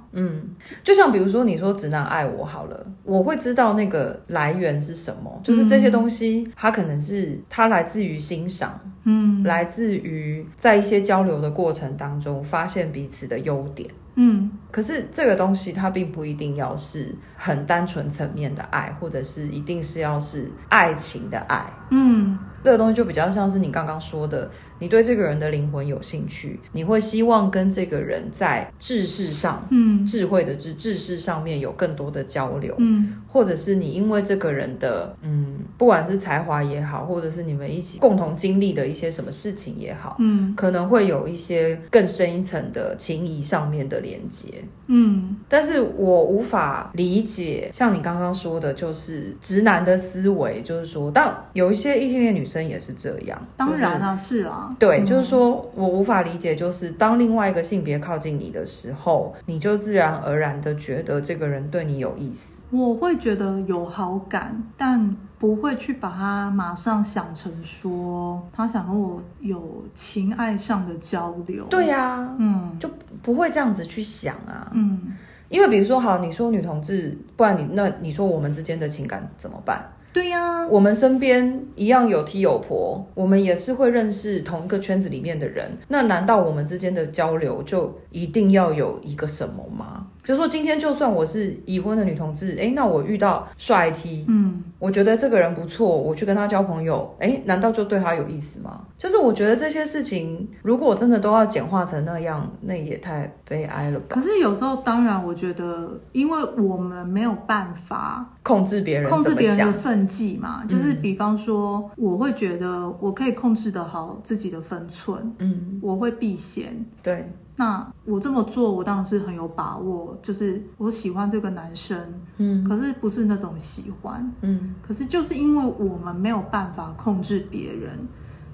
A: 就像比如说，你说直男爱我好了，我会知道那个来源是什么，就是这些东西，它可能是它来自于欣赏，嗯，来自于在一些交流的过程当中发现彼此的优点。
B: 嗯，
A: 可是这个东西它并不一定要是很单纯层面的爱，或者是一定是要是爱情的爱。
B: 嗯，
A: 这个东西就比较像是你刚刚说的，你对这个人的灵魂有兴趣，你会希望跟这个人在知识上
B: 嗯，
A: 智慧的知知识上面有更多的交流，
B: 嗯，
A: 或者是你因为这个人的嗯，不管是才华也好，或者是你们一起共同经历的一些什么事情也好，
B: 嗯，
A: 可能会有一些更深一层的情谊上面的连接。
B: 嗯，
A: 但是我无法理解，像你刚刚说的，就是直男的思维，就是说，但有一些异性恋女生也是这样，
B: 当
A: 就是
B: 然啊，是啊，
A: 对，
B: 嗯
A: 就是说我无法理解，就是当另外一个性别靠近你的时候，你就自然而然的觉得这个人对你有意思。
B: 我会觉得有好感，但不会去把它马上想成说他想跟我有情爱上的交流。
A: 对、呀、
B: 嗯
A: 就不会这样子去想啊。
B: 嗯，
A: 因为比如说，好，你说女同志，不然你那你说我们之间的情感怎么办？
B: 对呀、
A: 我们身边一样有踢有婆，我们也是会认识同一个圈子里面的人。那难道我们之间的交流就一定要有一个什么吗？比如说，今天就算我是已婚的女同志，诶，那我遇到帅 T，
B: 嗯
A: 我觉得这个人不错，我去跟他交朋友，诶，难道就对他有意思吗？就是我觉得这些事情，如果真的都要简化成那样，那也太悲哀了吧
B: 可？是有时候，当然，我觉得，因为我们没有办法
A: 控制别人
B: 控
A: 怎
B: 制
A: 么
B: 别人
A: 想
B: 的，分际嘛，就是比方说，我会觉得我可以控制得好自己的分寸，
A: 嗯，
B: 我会避嫌，
A: 对，
B: 那我这么做，我当然是很有把握，就是我喜欢这个男生，
A: 嗯
B: 可是不是那种喜欢，
A: 嗯
B: 可是就是因为我们没有办法控制别人，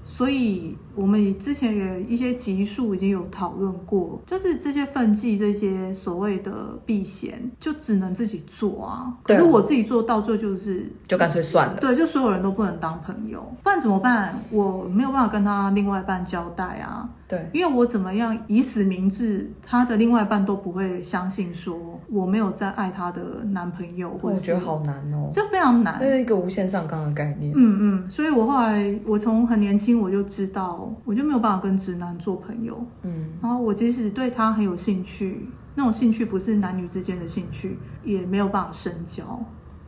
B: 所以我们之前也一些集数已经有讨论过，就是这些分际，这些所谓的避嫌，就只能自己做啊。可
A: 对啊
B: 是我自己做到最后就是
A: 就干脆算了。
B: 对，就所有人都不能当朋友，不然怎么办？我没有办法跟他另外一半交代啊。
A: 对，
B: 因为我怎么样以死明志，他的另外一半都不会相信说我没有在爱他的男朋友，或
A: 我
B: 者
A: 觉得
B: 是
A: 好难哦，
B: 这非常难
A: 这。是一个无限上纲的概念。
B: 嗯嗯，所以我后来我从很年轻我就知道，我就没有办法跟直男做朋友。
A: 嗯，
B: 然后我即使对他很有兴趣，那种兴趣不是男女之间的兴趣，也没有办法深交。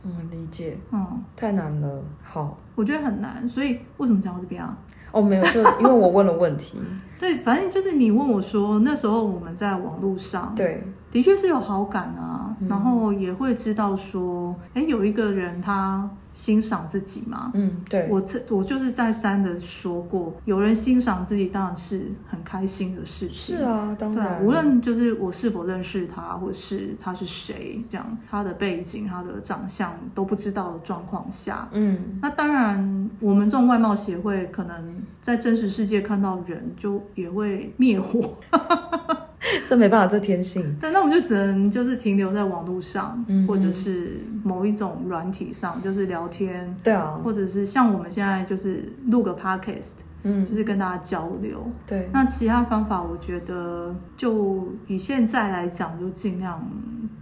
A: 我理解，
B: 嗯，
A: 太难了。好，
B: 我觉得很难。所以为什么讲到这边啊？
A: 哦，没有， 就因为我问了问题。
B: 对，反正就是你问我说，那时候我们在网络上，
A: 对，
B: 的确是有好感啊，然后也会知道说，哎，有一个人他欣赏自己嘛。
A: 嗯，对，
B: 我这我就是再三的说过，有人欣赏自己当然是很开心的事情。
A: 是啊，当
B: 对啊，
A: 然，
B: 无论就是我是否认识他，或是他是谁，这样他的背景、他的长相都不知道的状况下，
A: 嗯，
B: 那当然我们这种外貌协会可能在真实世界看到人就也会灭火，
A: 这没办法，这天性。
B: 对，那我们就只能就是停留在网络上，
A: 嗯
B: 或者是某一种软体上，就是聊天，
A: 对啊，
B: 或者是像我们现在就是录个 podcast，
A: 嗯，
B: 就是跟大家交流。
A: 对，
B: 那其他方法，我觉得就以现在来讲，就尽量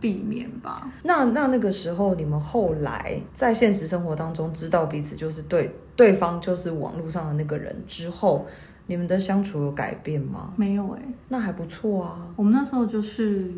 B: 避免吧。
A: 那那那个时候，你们后来在现实生活当中知道彼此就是对对方就是网络上的那个人之后，你们的相处有改变吗？
B: 没有哎、
A: 那还不错啊。
B: 我们那时候就是。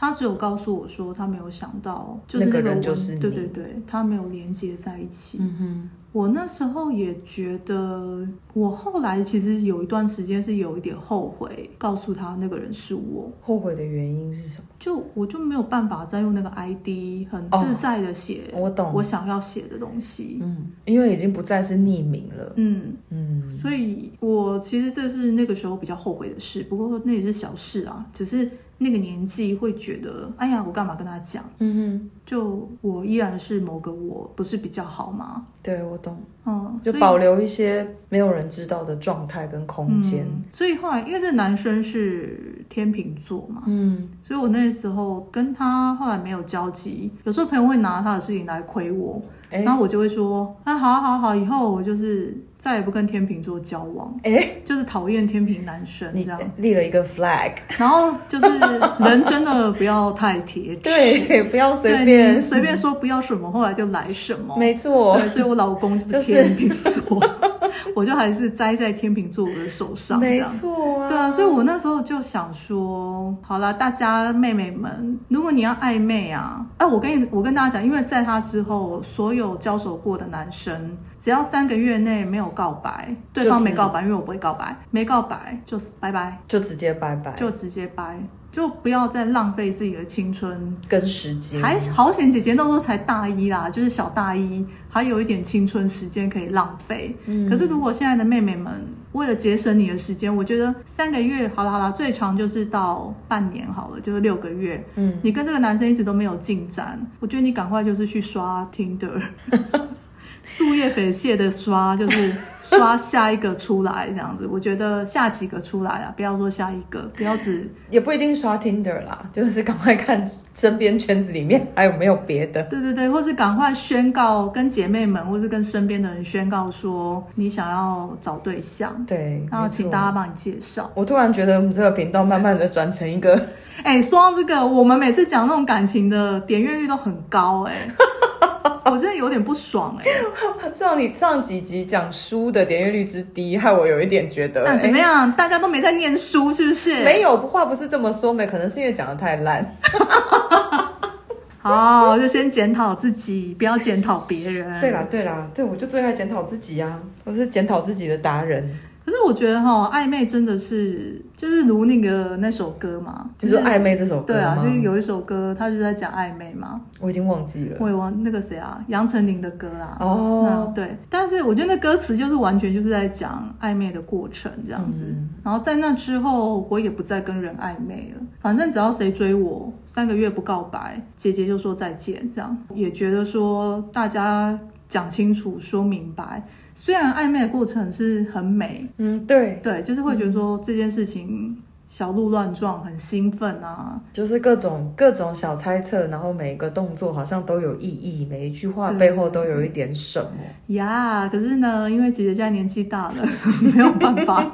B: 他只有告诉我说，他没有想到，就是
A: 那个
B: 那
A: 人
B: 文
A: 就是你
B: 对对对，他没有连接在一起。
A: 嗯哼，
B: 我那时候也觉得，我后来其实有一段时间是有一点后悔，告诉他那个人是我，
A: 后悔的原因是什么？
B: 就我就没有办法再用那个 ID 很自在的写
A: 我哦懂，
B: 我想要写的东西。
A: 呃嗯，因为已经不再是匿名了。
B: 嗯，
A: 嗯，
B: 所以我其实这是那个时候比较后悔的事，不过那也是小事啊，只是那个年纪会觉得，哎呀，我干嘛跟他讲？
A: 嗯
B: 就我依然是某个我，不是比较好吗？
A: 哼，对我懂，
B: 嗯，
A: 就
B: 所以
A: 保留一些没有人知道的状态跟空间。
B: 嗯。所以后来，因为这男生是天秤座嘛，
A: 嗯，
B: 所以我那时候跟他后来没有交集。有时候朋友会拿他的事情来亏我，
A: 哎
B: 然后我就会说，啊，好好好，以后我就是再也不跟天秤座交往，
A: 哎，
B: 就是讨厌天秤男生
A: 你
B: 这样。
A: 立了一个 flag，
B: 然后就是人真的不要太铁齿，
A: 对，不要随
B: 对你
A: 便，
B: 随便说不要什么，后来就来 什么。
A: 没错，
B: 对，所以我老公
A: 就
B: 就是是天秤座， 我就还是栽在天秤座的手上这
A: 没
B: 样。
A: 错啊，
B: 对啊，所以我那时候就想说，好啦，大家妹妹们，如果你要暧昧啊，哎、我跟你，我跟大家讲，因为在他之后，所有交手过的男生，只要三个月内没有告白，对方
A: 就
B: 没
A: 直
B: 告白，因为我不会告白，没告白就是拜拜，
A: 就直接拜拜，
B: 就直接掰，就不要再浪费自己的青春。
A: 跟时间，
B: 还好险，姐姐那时候才大一啦，就是小大一，还有一点青春时间可以浪费。可是如果现在的妹妹们为了节省你的时间，我觉得三个月好了好了，最长就是到半年好了，就是六个月。
A: 嗯，
B: 你跟这个男生一直都没有进展，我觉得你赶快就是去刷 Tinder，树叶匪懈的刷，就是刷下一个出来这样子。我觉得下几个出来啊，不要说下一个，不要只
A: 也不一定刷 Tinder 啦，就是赶快看身边圈子里面还有没有别的，
B: 对对对，或是赶快宣告跟姐妹们，或是跟身边的人宣告说你想要找对象，
A: 对，
B: 然
A: 嗯没错
B: 后哦请大家帮你介绍。
A: 我突然觉得我们这个频道慢慢的转成一个，
B: 哎，说到这个，我们每次讲那种感情的点阅率都很高、 哎，我真的有点不爽哎、
A: 上你上几集讲书的点阅率之低，害我有一点觉得，
B: 那怎么
A: 哎
B: 样？大家都没在念书是不是？
A: 没有话不是这么说，没可能是因为讲的太烂，
B: 好，就先检讨自己，不要检讨别人。
A: 对啦对啦，对我就最爱检讨自己啊，我是检讨自己的达人，
B: 可是我觉得哈、暧昧真的是，就是如那个那首歌嘛，
A: 就是是暧昧这首歌
B: 对啊，
A: 吗
B: 就是有一首歌，他就在讲暧昧嘛。
A: 我已经忘记了，
B: 我也忘那个谁啊，杨丞琳的歌啦。
A: 哦
B: 那对，但是我觉得那歌词就是完全就是在讲暧昧的过程这样子。
A: 嗯
B: 然后在那之后，我也不再跟人暧昧了。反正只要谁追我，三个月不告白，姐姐就说再见。这样也觉得说大家讲清楚、说明白。虽然暧昧的过程是很美，
A: 嗯，对，
B: 对，就是会觉得说这件事情小鹿乱撞，很兴奋啊，
A: 就是各种各种小猜测，然后每一个动作好像都有意义，每一句话
B: 对
A: 背后都有一点什么，
B: 呀可是呢，因为姐姐现在年纪大了， 没有办法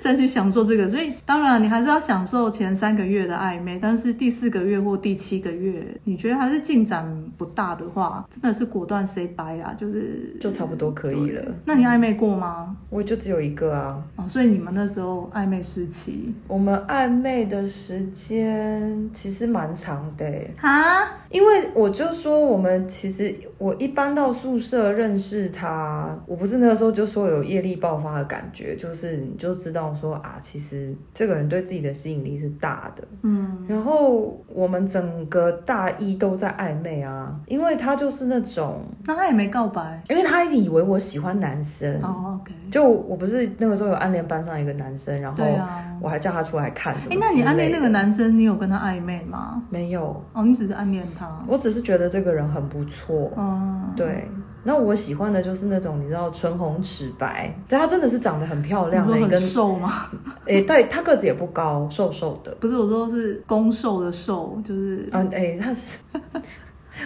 B: 再去享受这个，所以当然你还是要享受前三个月的暧昧，但是第四个月或第七个月，你觉得还是进展不大的话，真的是果断 say bye 啦，就是
A: 就差不多可以了。
B: 那你暧昧过吗？
A: 我就只有一个啊，
B: 哦，所以你们那时候暧昧时期
A: 我们暧昧的时间其实蛮长的欸、
B: 哈，
A: 因为我就说我们其实我一般到宿舍认识他，我不是那个时候就说有业力爆发的感觉，就是你就知道说啊，其实这个人对自己的吸引力是大的，
B: 嗯，
A: 然后我们整个大一都在暧昧啊，因为他就是那种，
B: 那他也没告白
A: 因为他以为我喜欢男生，
B: 哦，OK，
A: 就我不是那个时候有暗恋班上一个男生，然后
B: 对啊，
A: 我还叫他出来看什么
B: 哎
A: 之类，的。
B: 那你暗恋那个男生，你有跟他暧昧吗？
A: 没有？
B: 哦，你只是暗恋他，
A: 我只是觉得这个人很不错，
B: 嗯，
A: 对。那我喜欢的就是那种你知道唇红齿白，但她真的是长得很漂
B: 你
A: 亮
B: 说
A: 的一个
B: 很，瘦吗？
A: 诶、对，她个子也不高，瘦瘦的，
B: 不是我说是攻受的受，就是、
A: 嗯，诶、她是，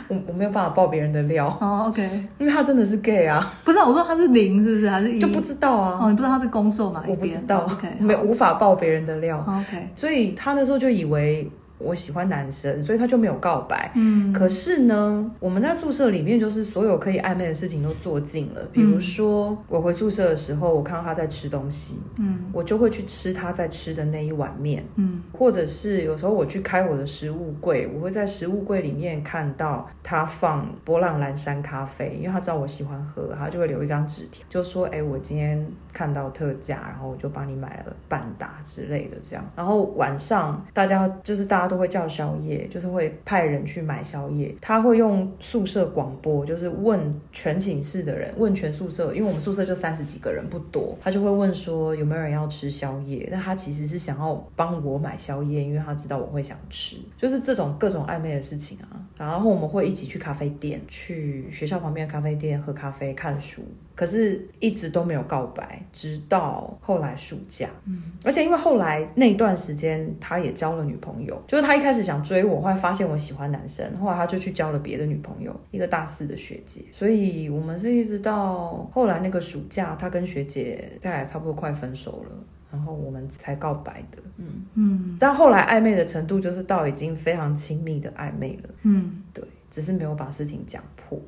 A: 我我没有办法爆别人的料，
B: 哦，OK，
A: 因为她真的是 gay 啊，
B: 不是我说他是零是不是还是一？
A: 就不知道啊，
B: 哦，你不知道他是攻受哪一边？
A: 我不知道，
B: OK，
A: 没无法爆别人的料，
B: 好 OK，
A: 所以她那时候就以为我喜欢男生，所以她就没有告白。
B: 嗯，
A: 可是呢，我们在宿舍里面就是所有可以暧昧的事情都做尽
B: 嗯
A: 了。比如说，我回宿舍的时候，我看到他在吃东西，
B: 嗯
A: 我就会去吃他在吃的那一碗面，
B: 嗯
A: 或者是有时候我去开我的食物柜，我会在食物柜里面看到他放波浪蓝山咖啡，因为他知道我喜欢喝，他就会留一张纸条，就说：“哎、我今天看到特价，然后我就帮你买了半打之类的这样。”然后晚上大家就是大家都会叫宵夜，就是会派人去买宵夜，他会用宿舍广播，就是问全寝室的人，问全宿舍，因为我们宿舍就三十几个人，不多，他就会问说有没有人要吃宵夜。那他其实是想要帮我买宵夜，因为他知道我会想吃，就是这种各种暧昧的事情啊。然后我们会一起去咖啡店，去学校旁边的咖啡店喝咖啡、看书。可是一直都没有告白，直到后来暑假，嗯，而且因为后来那一段时间他也交了女朋友，就是他一开始想追我，后来发现我喜欢男生，后来他就去交了别的女朋友，一个大四的学姐，所以我们是一直到后来那个暑假，他跟学姐大概差不多快分手了。然后我们才告白的，
B: 嗯
A: 但后来暧昧的程度就是到已经非常亲密的暧昧了，
B: 嗯，
A: 对，只是没有把事情讲破。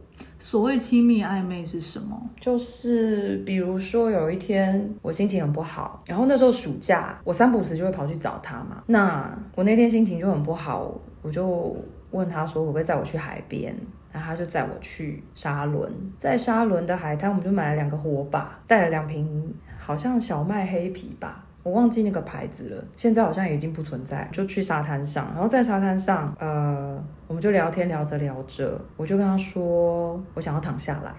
B: 所谓亲密暧昧是什么？
A: 就是比如说有一天我心情很不好，然后那时候暑假我三不五时就会跑去找他嘛。那我那天心情就很不好，我就问他说可不可以载我去海边，然后他就载我去沙伦，在沙伦的海滩我们就买了两个火把，带了两瓶好像小麦黑啤吧。我忘记那个牌子了，现在好像已经不存在。就去沙滩上，然后在沙滩上，呃，我们就聊天聊着聊着，我就跟他说我想要躺下来。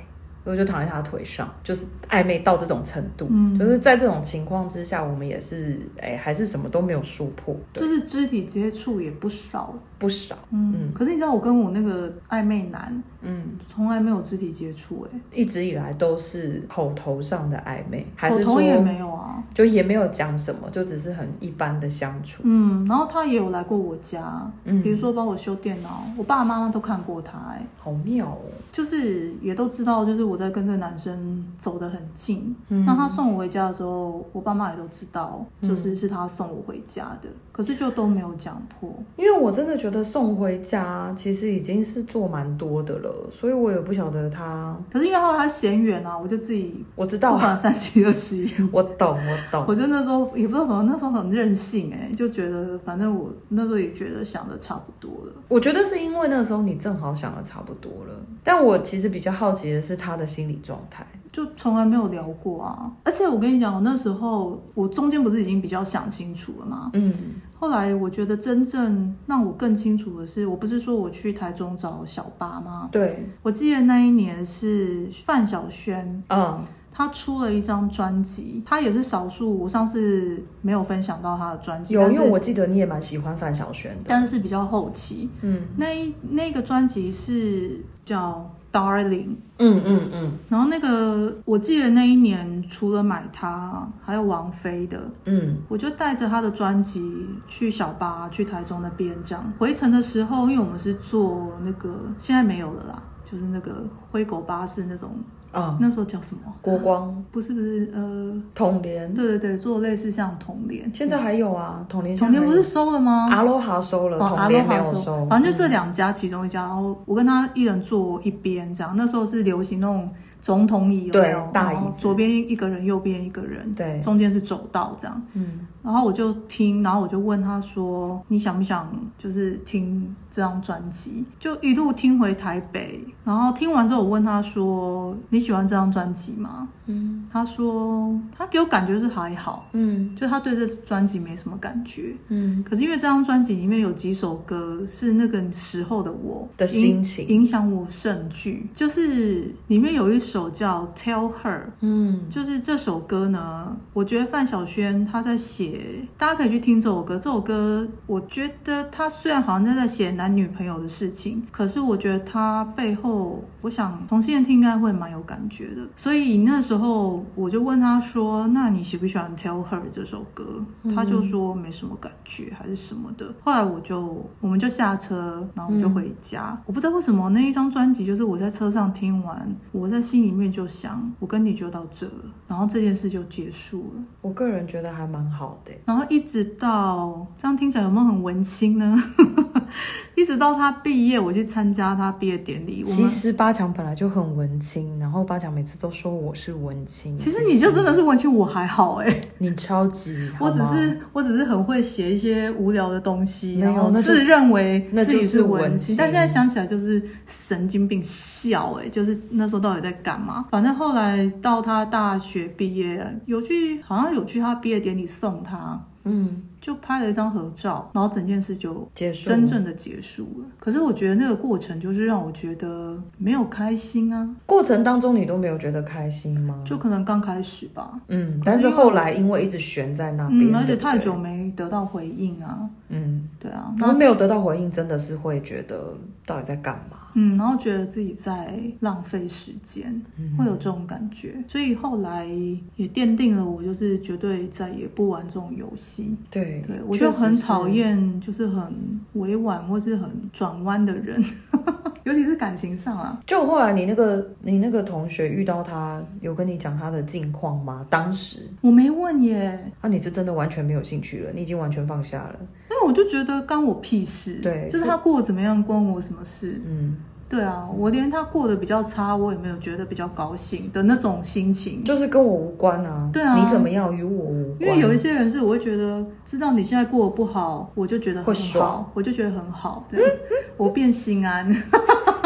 A: 我就躺在他腿上，就是暧昧到这种程度，
B: 嗯
A: 就是在这种情况之下，我们也是哎、还是什么都没有说破，对，
B: 就是肢体接触也不少，
A: 不少，
B: 嗯。可是你知道我跟我那个暧昧男
A: 嗯，
B: 从来没有肢体接触、欸，
A: 一直以来都是口头上的暧昧，还
B: 哎，
A: 是
B: 口
A: 说
B: 头也没有啊。
A: 就也没有讲什么，就只是很一般的相处，
B: 嗯，然后他也有来过我家，
A: 嗯
B: 比如说帮我修电脑，我爸爸妈妈都看过他、哎，
A: 好妙哦，
B: 就是也都知道，就是我在跟这个男生走得很近。
A: 嗯
B: 那他送我回家的时候，我爸妈也都知道，就是是他送我回家的，可是就都没有讲破。
A: 因为我真的觉得送回家其实已经是做蛮多的了，所以我也不晓得他，
B: 可是因为后来他嫌远啊，我就自己
A: 我知道
B: 不
A: 啊，
B: 管三七二十一。
A: 我懂，我懂，
B: 我就那时候也不知道怎么，那时候很任性哎、就觉得反正我那时候也觉得想的差不多了。
A: 我觉得是因为那时候你正好想的差不多了，但我其实比较好奇的是他的心理状态。
B: 就从来没有聊过啊。而且我跟你讲，我那时候我中间不是已经比较想清楚了吗？
A: 嗯
B: 后来我觉得真正让我更清楚的是，我不是说我去台中找小八吗？
A: 对，
B: 我记得那一年是范晓萱，
A: 嗯
B: 她出了一张专辑，她也是少数。我上次没有分享到她的专辑，
A: 有，
B: 但
A: 因
B: 是
A: 为我记得你也蛮喜欢范晓萱的。
B: 但是比较后期，
A: 嗯
B: 那一那个专辑是叫《Darling》。
A: 嗯嗯嗯
B: 然后那个，我记得那一年除了买它，还有王菲的，
A: 嗯
B: 我就带着她的专辑去小巴，去台中那边这样。回程的时候，因为我们是坐那个现在没有了啦，就是那个灰狗巴士那种，
A: 啊，
B: 那时候叫什么？
A: 国光
B: 不是不是，呃，
A: 统联，
B: 对对对，做类似像统联，
A: 现在还有啊，统联
B: 统联不是收了吗？
A: 阿罗哈收了，
B: 哦
A: 统
B: 阿
A: 联
B: 罗
A: 没
B: 哈
A: 有收，
B: 反正就这两家其中一家，然后我跟他一人坐一边这样。那时候是流行那种总统椅，有没有
A: 对大椅子
B: 然后左边一个人，右边一个人，
A: 对
B: 中间是走道这样。
A: 嗯
B: 然后我就听，然后我就问他说：“你想不想就是听这张专辑？”就一路听回台北，然后听完之后，我问他说：“你喜欢这张专辑吗
A: 嗯？”
B: 他说：“他给我感觉是还好，
A: 嗯
B: 就他对这专辑没什么感觉。”
A: 嗯
B: 可是因为这张专辑里面有几首歌是那个时候的我
A: 的心情
B: 影影响我甚巨，就是里面有一首叫《Tell Her》。
A: 嗯
B: 就是这首歌呢，我觉得范晓萱她在写，大家可以去听这首歌。这首歌，我觉得她虽然好像在写男女朋友的事情，可是我觉得她背后，我想同性恋听应该会蛮有感觉的。所以那时候我就问她说：“那你喜不喜欢《Tell Her》这首歌？”她
A: 嗯
B: 就说没什么感觉，还是什么的。后来我就我们就下车，然后我就
A: 嗯
B: 回家。我不知道为什么那一张专辑，就是我在车上听完，我在心里面就想，我跟你就到这了，然后这件事就结束了。
A: 我个人觉得还蛮好的欸。
B: 然后一直到这样听起来有没有很文青呢？ 一直到他毕业，我去参加他毕业典礼，我
A: 其
B: 们。
A: 实八强本来就很文青，然后八强每次都说我是文青，
B: 其实你就真的是文青，我还好哎、
A: 你超级，
B: 我
A: 好
B: 只
A: 吗
B: 是我只是很会写一些无聊的东西，
A: 没有
B: 然后
A: 那就是
B: 自认为
A: 那
B: 自己
A: 就是
B: 是
A: 文
B: 文
A: 青
B: 青，但现在想起来就是神经病笑哎、就是那时候到底在干嘛？反正后来到他大学毕业，有去好像有去他毕业典礼送他，
A: 嗯，
B: 就拍了一张合照，然后整件事就
A: 结束
B: 真正的结束了。可是我觉得那个过程就是让我觉得没有开心啊，
A: 过程当中，你都没有觉得开心吗？
B: 就可能刚开始吧，
A: 嗯，但是后来因为一直悬在那边，
B: 嗯，而且
A: 对不对
B: 太，久没得到回应啊，
A: 嗯，
B: 对啊，
A: 然后没有得到回应，真的是会觉得到底在干嘛？
B: 嗯，然后觉得自己在浪费时间，
A: 嗯
B: 会有这种感觉，所以后来也奠定了我就是绝对再也不玩这种游戏。
A: 对
B: 对，我就很讨。
A: 确实是
B: 厌就是很委婉或是很转弯 的人，尤其是感情上啊。
A: 就后来你那个你那个同学遇到他，有跟你讲他的近况吗？当时
B: 我没问耶，
A: 啊，你是真的完全没有兴趣了，你已经完全放下了。
B: 因为我就觉得干我屁事，
A: 对
B: 就是
A: 是
B: 他过得怎么样关我什么事？
A: 嗯，
B: 对啊，我连他过得比较差，我也没有觉得比较高兴的那种心情。
A: 就是跟我无关啊。
B: 对啊
A: 你怎么样与我无
B: 因
A: 关。
B: 为有一些人是，我会觉得知道你现在过得不好，我就觉得
A: 会
B: 很
A: 爽
B: 好，我就觉得很好，这样我变心安。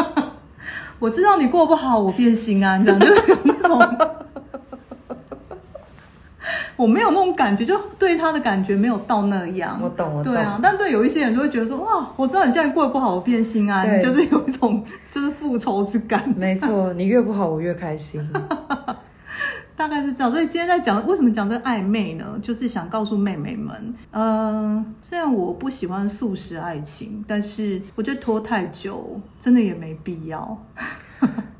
B: 我知道你过得不好，我变心安，这样就是有那种我没有那种感觉，就对他的感觉没有到那样。
A: 我懂，我懂。
B: 对啊，但对有一些人就会觉得说，哇，我知道你现在过得不好，我变心安，
A: 对
B: 就是有一种就是复仇之感。
A: 没 错，你越不好，我越开心。
B: 大概是这样，所以今天在讲为什么讲这个暧昧呢？就是想告诉妹妹们，呃，虽然我不喜欢素食爱情，但是我觉得拖太久真的也没必要。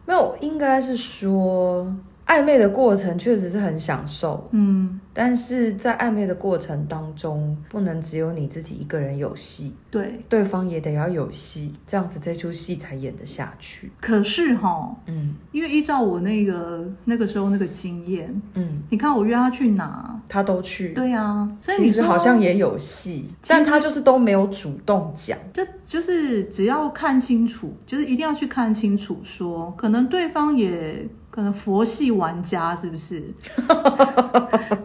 A: 没有，应该是说暧昧的过程确实是很享受，
B: 嗯，
A: 但是在暧昧的过程当中，不能只有你自己一个人有戏，
B: 对。
A: 对方也得要有戏，这样子这出戏才演得下去。
B: 可是哈，
A: 嗯
B: 因为依照我那个那个时候那个经验，
A: 嗯，
B: 你看我约他去哪？
A: 他都去，
B: 对啊，所以
A: 其
B: 你
A: 实
B: 说
A: 好像也有戏，
B: 其实
A: 但他就是都没有主动讲。
B: 就就是只要看清楚，就是一定要去看清楚说可能对方也可能佛系玩家是不是？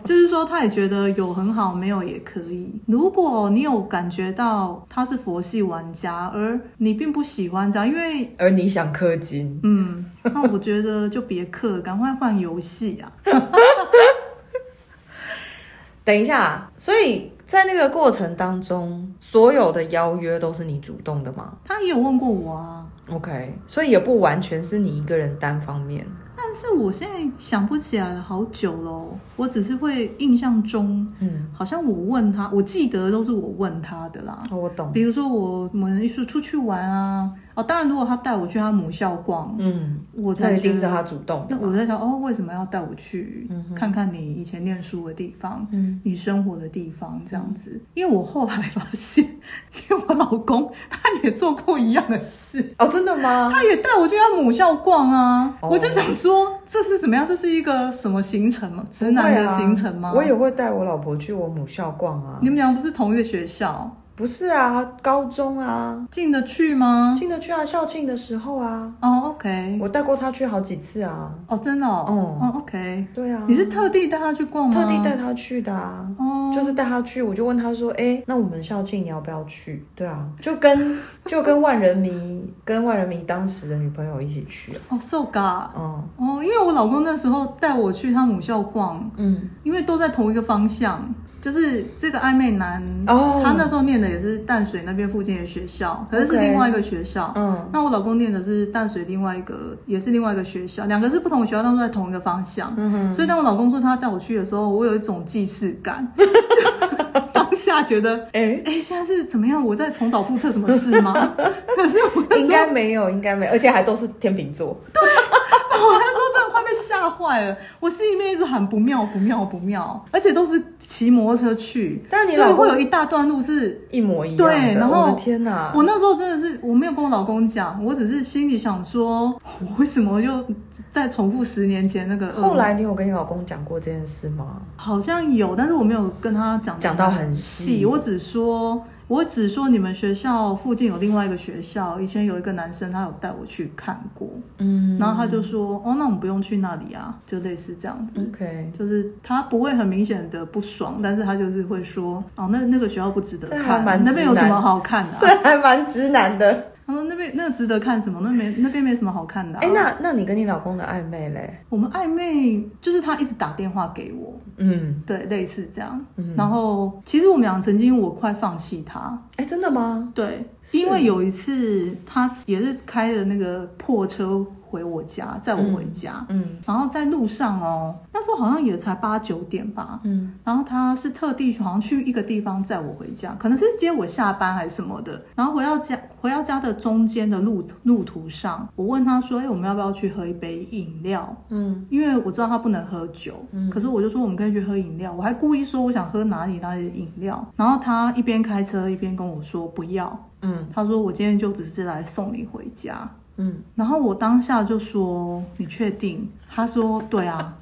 B: 就是说他也觉得有很好，没有也可以。如果你有感觉到他是佛系玩家，而你并不喜欢这样，因为
A: 而你想氪金，
B: 嗯，那我觉得就别氪，赶快换游戏啊。
A: 等一下，啊所以在那个过程当中，所有的邀约都是你主动的吗
B: 他也有问过我啊，
A: ？OK，所以也不完全是你一个人单方面。
B: 但是我现在想不起来了，好久了哦、我只是会印象中
A: 嗯，
B: 好像我问他，我记得都是我问他的啦。
A: 哦我懂。
B: 比如说我们一起出去玩啊，哦，当然如果他带我去他母校逛，
A: 嗯，
B: 我才
A: 那一
B: 觉
A: 定是嗯
B: 得。
A: 他主动的
B: 那
A: 嘛。
B: 我在想，哦，为什么要带我去看看你以前念书的地方，
A: 嗯，
B: 你生活的地方这样子？因为我后来发现，因为我老公他也做过一样的事，
A: 哦，真的吗？
B: 他也带我去他母校逛啊，
A: 哦
B: 我就想说这是怎么样？这是一个什么行程吗？直
A: 不
B: 男
A: 会
B: 的
A: 啊
B: 行程吗？
A: 我也会带我老婆去我母校逛啊。
B: 你们俩不是同一个学校，
A: 不是啊，高中啊，
B: 进得去吗？
A: 进得去啊，校庆的时候啊，
B: 哦，OK，
A: 我带过她去好几次啊。
B: 哦，真的哦，
A: 嗯
B: 哦，OK，
A: 对啊，
B: 你是特地带他去逛吗？
A: 特地带她去的啊。
B: 哦，
A: 就是带她去，我就问她说：“哎、那我们校庆你要不要去？”对啊，就跟就跟万人迷跟万人迷当时的女朋友一起去啊。
B: 哦，so ga，
A: 嗯
B: 哦，因为我老公那时候带我去他母校逛，
A: 嗯，
B: 因为都在同一个方向，就是这个暧昧男，
A: 哦
B: 他那时候念的也是淡水那边附近的学校，可是是
A: OK
B: 另外一个学校。
A: 嗯
B: 那我老公念的是淡水另外一个，也是另外一个学校，两个是不同的学校，但都在同一个方向。
A: 嗯哼，
B: 所以当我老公说他带我去的时候，我有一种既视 感，就当下觉得，
A: 哎、
B: 哎、现在是怎么样？我在重蹈覆辙什么事吗？ 可是我那
A: 应
B: 时候，
A: 该没有，应该没有，而且还都是天秤座。
B: 我那时候真的快被吓坏了，我心里面一直喊不妙不妙不妙，而且都是骑摩托车去，
A: 但你
B: 所
A: 老
B: 以
A: 公
B: 会有一大段路是。
A: 一模一样的。
B: 对然后
A: 我的天哪，
B: 我那时候真的是，我没有跟我老公讲，我只是心里想说，我为什么又再重复十年前那个噩梦？
A: 嗯后来你有跟你老公讲过这件事吗？
B: 好像有，但是我没有跟他讲
A: 讲到很细
B: 细，我只说我只说你们学校附近有另外一个学校，以前有一个男生他有带我去看过，
A: 嗯
B: 然后他就说哦，那我们不用去那里啊，就类似这样子。
A: ，OK，
B: 就是他不会很明显的不爽，但是他就是会说，哦，那那个学校不值得
A: 这还
B: 看，
A: 蛮
B: 那边有
A: 直
B: 什
A: 男
B: 么好看的、
A: 这
B: 啊？
A: 还蛮直男的。
B: 他说那边那个值得看什么？那没那边没什么好看的、啊。
A: 哎，那那你跟你老公的暧昧嘞？
B: 我们暧昧就是他一直打电话给我，
A: 嗯，
B: 对，类似这样。
A: 嗯
B: 然后其实我们俩曾经我快放弃他，
A: 哎，真的吗？
B: 对，
A: 是
B: 因为有一次他也是开的那个破车回我家，载我回家。
A: 嗯
B: 然后在路上哦，那时候好像也才八九点吧。
A: 嗯，
B: 然后他是特地好像去一个地方载我回家，可能是接我下班还是什么的。然后回到家，回到家的中间的路路途上，我问他说：“哎、我们要不要去喝一杯饮料？”
A: 嗯，
B: 因为我知道他不能喝酒，可是我就说我们可以去喝饮料，我还故意说我想喝哪里哪里的饮料。然后他一边开车一边跟我说不要，
A: 嗯
B: 他说我今天就只是来送你回家。
A: 嗯，
B: 然后我当下就说：“你确定？”他说：“对啊。”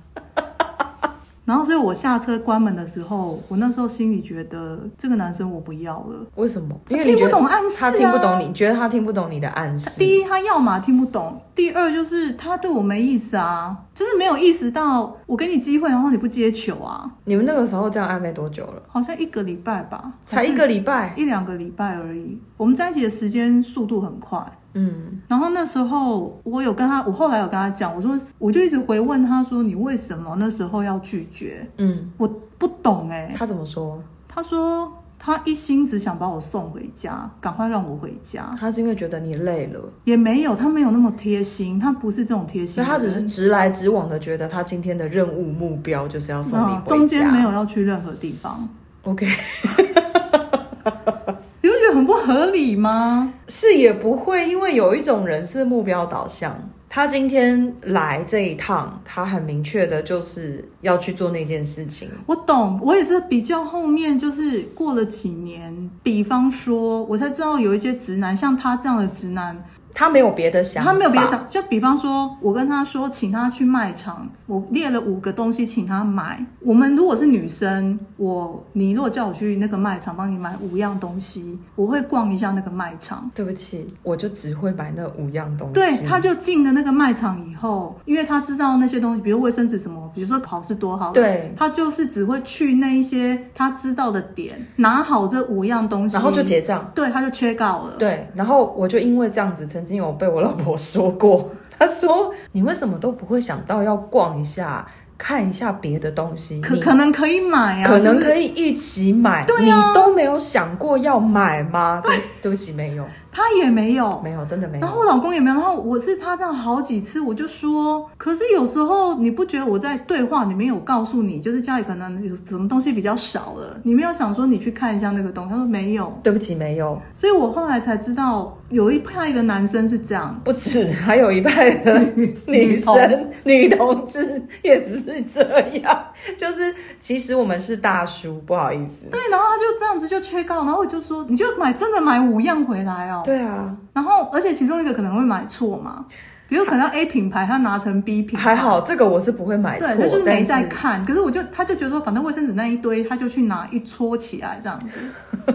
B: 然后，所以我下车关门的时候，我那时候心里觉得这个男生我不要了。
A: 为什么？因
B: 他
A: 为
B: 听
A: 你觉
B: 不
A: 得
B: 懂暗示、啊，
A: 他听不懂你，觉得他听不懂你的暗示。
B: 第一，他要嘛听不懂；第二，就是他对我没意思啊，就是没有意识到我给你机会，然后你不接球啊，
A: 你们那个时候这样暧昧多久了？
B: 好像一个礼拜吧，
A: 才一个礼拜。
B: 一两个礼拜而已。我们在一起的时间速度很快，
A: 嗯
B: 然后那时候我有跟他，我后来有跟他讲，我说我就一直回问他说，你为什么那时候要拒绝？
A: 嗯，
B: 我不懂哎、
A: 他怎么说？
B: 他说他一心只想把我送回家，赶快让我回家。
A: 他是因为觉得你累了，
B: 也没有，他没有那么贴心，他不是这种贴心
A: 所
B: 的
A: 以他
B: 人。
A: 只是直来直往的觉得他今天的任务目标就是要送你回
B: 嗯
A: 家。，
B: 中间没有要去任何地方，
A: OK，
B: 你会觉得很不合理吗？
A: 是也不会，因为有一种人是目标导向。他今天来这一趟，他很明确的就是要去做那件事情。
B: 我懂，我也是比较后面，就是过了几年，比方说，我才知道有一些直男，像他这样的直男，
A: 他没有别的想法，
B: 他没有别的想，就比方说，我跟他说，请他去卖场，我列了五个东西请他买。我们如果是女生，我你如果叫我去那个卖场帮你买五样东西，我会逛一下那个卖场。
A: 对不起，我就只会买那五样东西。
B: 对，他就进了那个卖场以后，因为他知道那些东西，比如卫生纸什么，比如说考试多好了，
A: 对
B: 他就是只会去那一些他知道的点，拿好这五样东西，
A: 然后就结账。
B: 对，他就 check out 了。
A: 对，然后我就因为这样子，曾经有被我老婆说过， 她说你为什么都不会想到要逛一下、看一下别的东西？
B: 可
A: 你
B: 可能可以买啊，
A: 可
B: 就
A: 能
B: 是
A: 可以一起买，
B: 对啊
A: 你都没有想过要买吗？对， 对不起，没有，
B: 他也没有。
A: 没有，真的没
B: 然后
A: 有。
B: 我老公也没有，然后我是他这样好几次，我就说，可是有时候你不觉得我在对话里面有告诉你，就是家里可能有什么东西比较少了，你没有想说你去看一下那个东西，他说没有，
A: 对不起，没有，
B: 所以我后来才知道，有一派的男生是这样，
A: 不止，还有一派的女女生、女同志也是这样，就是其实我们是大叔，不好意思。
B: 对，然后他就这样子就缺告，然后我就说，你就买真的买五样回来哦，
A: 对啊，
B: 然后而且其中一个可能会买错嘛，比如可能 A 品牌他拿成 B 品牌，
A: 还好这个我是不会买错，
B: 对，他就是
A: 但
B: 没在看，可是我就他就觉得说，反正卫生纸那一堆，他就去拿一撮起来这样子。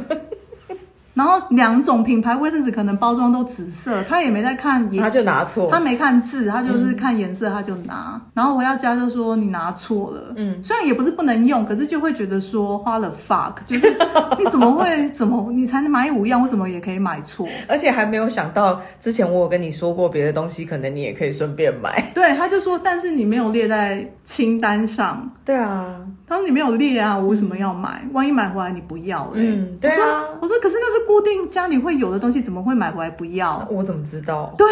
B: 然后两种品牌卫生纸可能包装都紫色，他也没在看颜
A: 他就嗯拿错，
B: 他没看字，他就是看颜色，他就拿。然后回到家就说你拿错了，嗯，虽然也不是不能用，可是就会觉得说花了 fuck，就是你怎么会怎么你才能买五样，为什么也可以买错？
A: 而且还没有想到，之前我有跟你说过别的东西，可能你也可以顺便买。
B: 对，他就说，但是你没有列在清单上。
A: 对啊，
B: 他说你没有列啊，我为什么要买？万一买回来你不要嘞、
A: 嗯对啊
B: 我说，我说可是那是固定家里会有的东西，怎么会买回来不要？
A: 我怎么知道？
B: 对，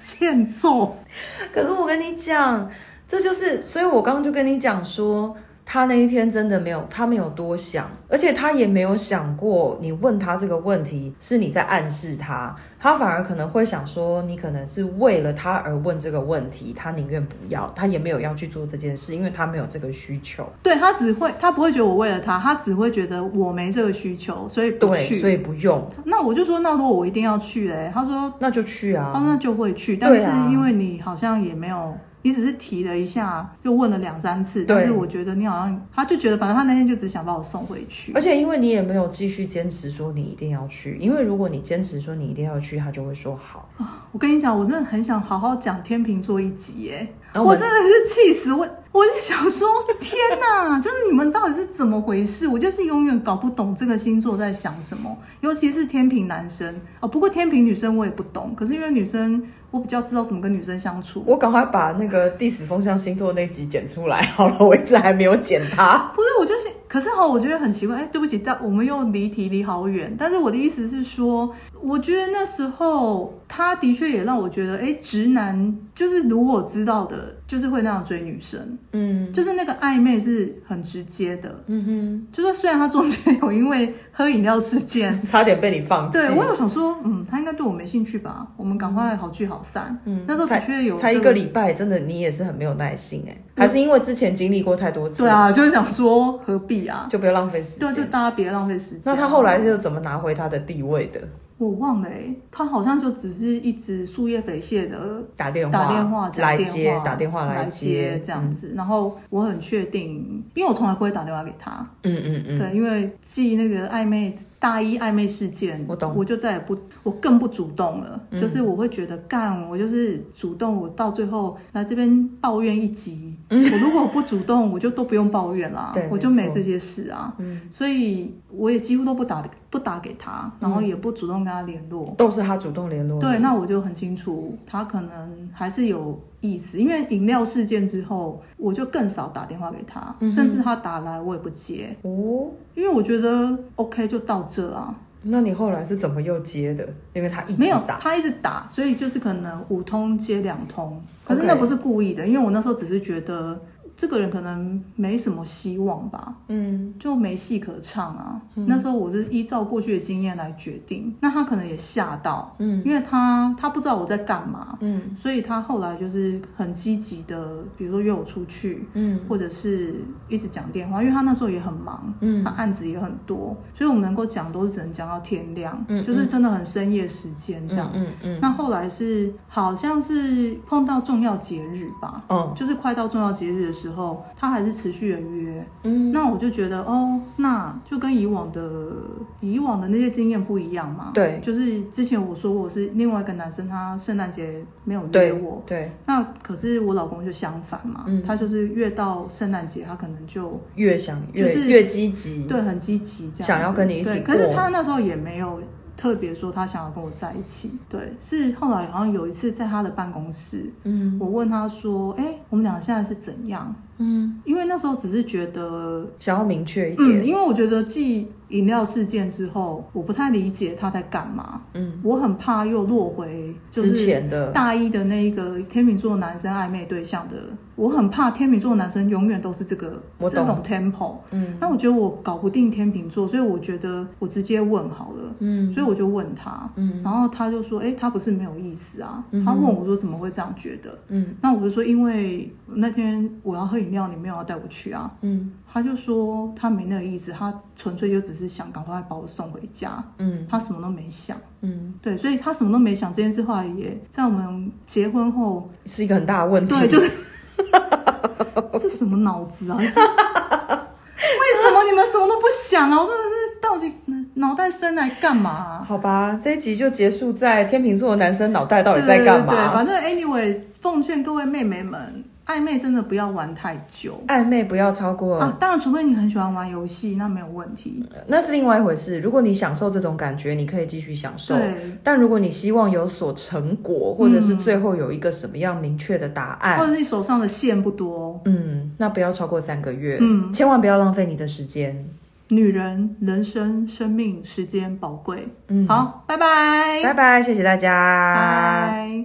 B: 欠揍。
A: 可是我跟你讲，这就是，所以我刚刚就跟你讲说，他那一天真的没有，他没有多想，而且他也没有想过，你问他这个问题是你在暗示他，他反而可能会想说，你可能是为了他而问这个问题，他宁愿不要，他也没有要去做这件事，因为他没有这个需求，
B: 对他只会，他不会觉得我为了他，他只会觉得我没这个需求，所以不
A: 对，
B: 去。
A: 所以不用，
B: 那我就说，那如果我一定要去嘞，他说，
A: 那就去啊。
B: 哦，那就会去，但
A: 对
B: 是
A: 啊
B: 因为你好像也没有，你只是提了一下，又问了两三次，
A: 对
B: 但是我觉得你好像，他就觉得反正他那天就只想把我送回去
A: 而，且因为你也没有继续坚持说你一定要去，因为如果你坚持说你一定要去，他就会说好。
B: 我跟你讲，我真的很想好好讲天秤座一集欸耶，
A: 然后
B: 我
A: 我
B: 真的是气死我！我就想说，天哪，就是你们到底是怎么回事？我就是永远搞不懂这个星座在想什么，尤其是天秤男生哦。不过天秤女生我也不懂，可是因为女生我比较知道怎么跟女生相处。
A: 我赶快 把那个第十风象星座那集剪出来好了，我一直还没有剪它。
B: 不是，我就是，可是哈，我觉得很奇怪，哎，对不起，但我们又离题离好远。但是我的意思是说，我觉得那时候他的确也让我觉得，哎，直男就是如我知道的，就是会那样追女生，
A: 嗯
B: 就是那个暧昧是很直接的。
A: 嗯
B: 就是虽然他中间有因为喝饮料事件，
A: 哼，差点被你放弃。
B: 对我有想说，嗯，他应该对我没兴趣吧？我们赶快好聚好散。
A: 嗯
B: 那时候的确有
A: 才
B: 这
A: 一个礼拜，真的你也是很没有耐心哎、还是因为之前经历过太多次，
B: 对，啊，就是想说何必啊？
A: 就不要浪费时
B: 对啊，就
A: 间。
B: 大家别浪费时间。啊
A: 那他后来就怎么拿回他的地位的？
B: 我忘了哎、他好像就只是一直树叶匪懈的
A: 打电话，
B: 打电话、讲
A: 来
B: 电话
A: 接，嗯打电话
B: 来
A: 接，
B: 这样子。然后我很确定，因为我从来不会打电话给他，
A: 嗯。嗯嗯嗯，
B: 对，因为记那个暧昧大一暧昧事件，
A: 我懂嗯
B: 我就再也不，我更不主动了。就是我会觉得干，我就是主动，我到最后来这边抱怨一集。我如果不主动，我就都不用抱怨啦
A: 嗯对，
B: 我就
A: 没
B: 没
A: 错
B: 这些事啊。
A: 嗯，
B: 所以我也几乎都不打不打给他，然后也不主动跟他联络。
A: 嗯都是他主动嗯联络。
B: 对，，那我就很清楚，他可能还是有意思，因为饮料事件之后，我就更少打电话给他，
A: 嗯哼
B: 甚至他打来我也不接，
A: 哦，
B: 因为我觉得 OK 就到这啊，
A: 那你后来是怎么又接的？因为他一直
B: 没有
A: 打，
B: 他一直打，所以就是可能五通接两通，可是
A: OK
B: 那不是故意的，因为我那时候只是觉得这个人可能没什么希望吧，
A: 嗯，
B: 就没戏可唱啊。那时候我是依照过去的经验来决定，那他可能也吓到，
A: 嗯，
B: 因为他他不知道我在干嘛，
A: 嗯
B: 所以他后来就是很积极的，比如说约我出去，
A: 嗯
B: 或者是一直讲电话，因为他那时候也很忙，
A: 嗯
B: 他案子也很多，所以我们能够讲都是只能讲到天亮，
A: 嗯
B: 就是真的很深夜时间这样。
A: 嗯嗯
B: 那后来是好像是碰到重要节日吧，
A: 嗯
B: 就是快到重要节日的时候，他还是持续的约，
A: 嗯，
B: 那我就觉得哦，那就跟以往的以往的那些经验不一样嘛。
A: 对
B: 就是之前我说过是另外一个男生，他圣诞节没有约
A: 对
B: 我，
A: 对，
B: 那可是我老公就相反嘛，
A: 嗯
B: 他就是越到圣诞节，他可能就
A: 越想越
B: 就是
A: 越积极，
B: 对很积极这样子，
A: 想要跟你一起
B: 对
A: 过
B: 可是他那时候也没有。特别说他想要跟我在一起，对，是后来好像有一次在他的办公室，
A: 嗯
B: 我问他说：“哎、我们俩现在是怎样
A: 嗯，？”
B: 因为那时候只是觉得
A: 想要明确一
B: 嗯，
A: 点，
B: 因为我觉得继饮料事件之后，我不太理解他在干嘛，
A: 嗯，
B: 我很怕又落回就
A: 之
B: 是
A: 前的
B: 大一的那一个天秤座男生暧昧对象的，我很怕天秤座男生永远都是这个
A: 我
B: 这
A: 懂
B: 种 tempo。
A: 嗯
B: 那我觉得我搞不定天秤座，所以我觉得我直接问好了，
A: 嗯
B: 所以我就问他，
A: 嗯
B: 然后他就说，哎、他不是没有意思啊，
A: 嗯哼
B: 他问我说怎么会这样觉得？
A: 嗯
B: 那我就说，因为那天我要喝饮料，你没有要带我去啊，
A: 嗯
B: 他就说他没那个意思，他纯粹就只是想赶快把我送回家，
A: 嗯
B: 他什么都没想。
A: 嗯，
B: 对，所以他什么都没想这件事，后来也在我们结婚后，
A: 是一个很大的问题，
B: 对，就是 这什么脑子啊？为什么你们什么都不想啊？我真的是到底脑袋生来干嘛啊、
A: 好吧，这一集就结束在天秤座的男生脑袋到底在干
B: 对对对，
A: 嘛？
B: 反正 anyway，奉劝各位妹妹们，暧昧真的不要玩太久
A: 暧昧不要超过
B: 啊！当然，除非你很喜欢玩游戏，那没有问题。
A: 那是另外一回事。如果你享受这种感觉，你可以继续享受。
B: 对，嗯
A: 但如果你希望有所成果，或者是最后有一个什么样明确的答
B: 或
A: 案，
B: 者是你手上的线不多，
A: 嗯那不要超过三个月，
B: 嗯
A: 千万不要浪费你的时间。
B: 女人、人生、生命、时间宝贵。
A: 嗯，，
B: 好，拜拜，
A: 拜拜，谢谢大家，。
B: 拜。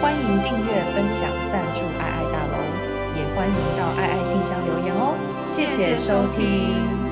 A: 欢迎订阅、分享、赞助爱爱大楼，也欢迎到爱爱信箱留言哦。谢谢收听。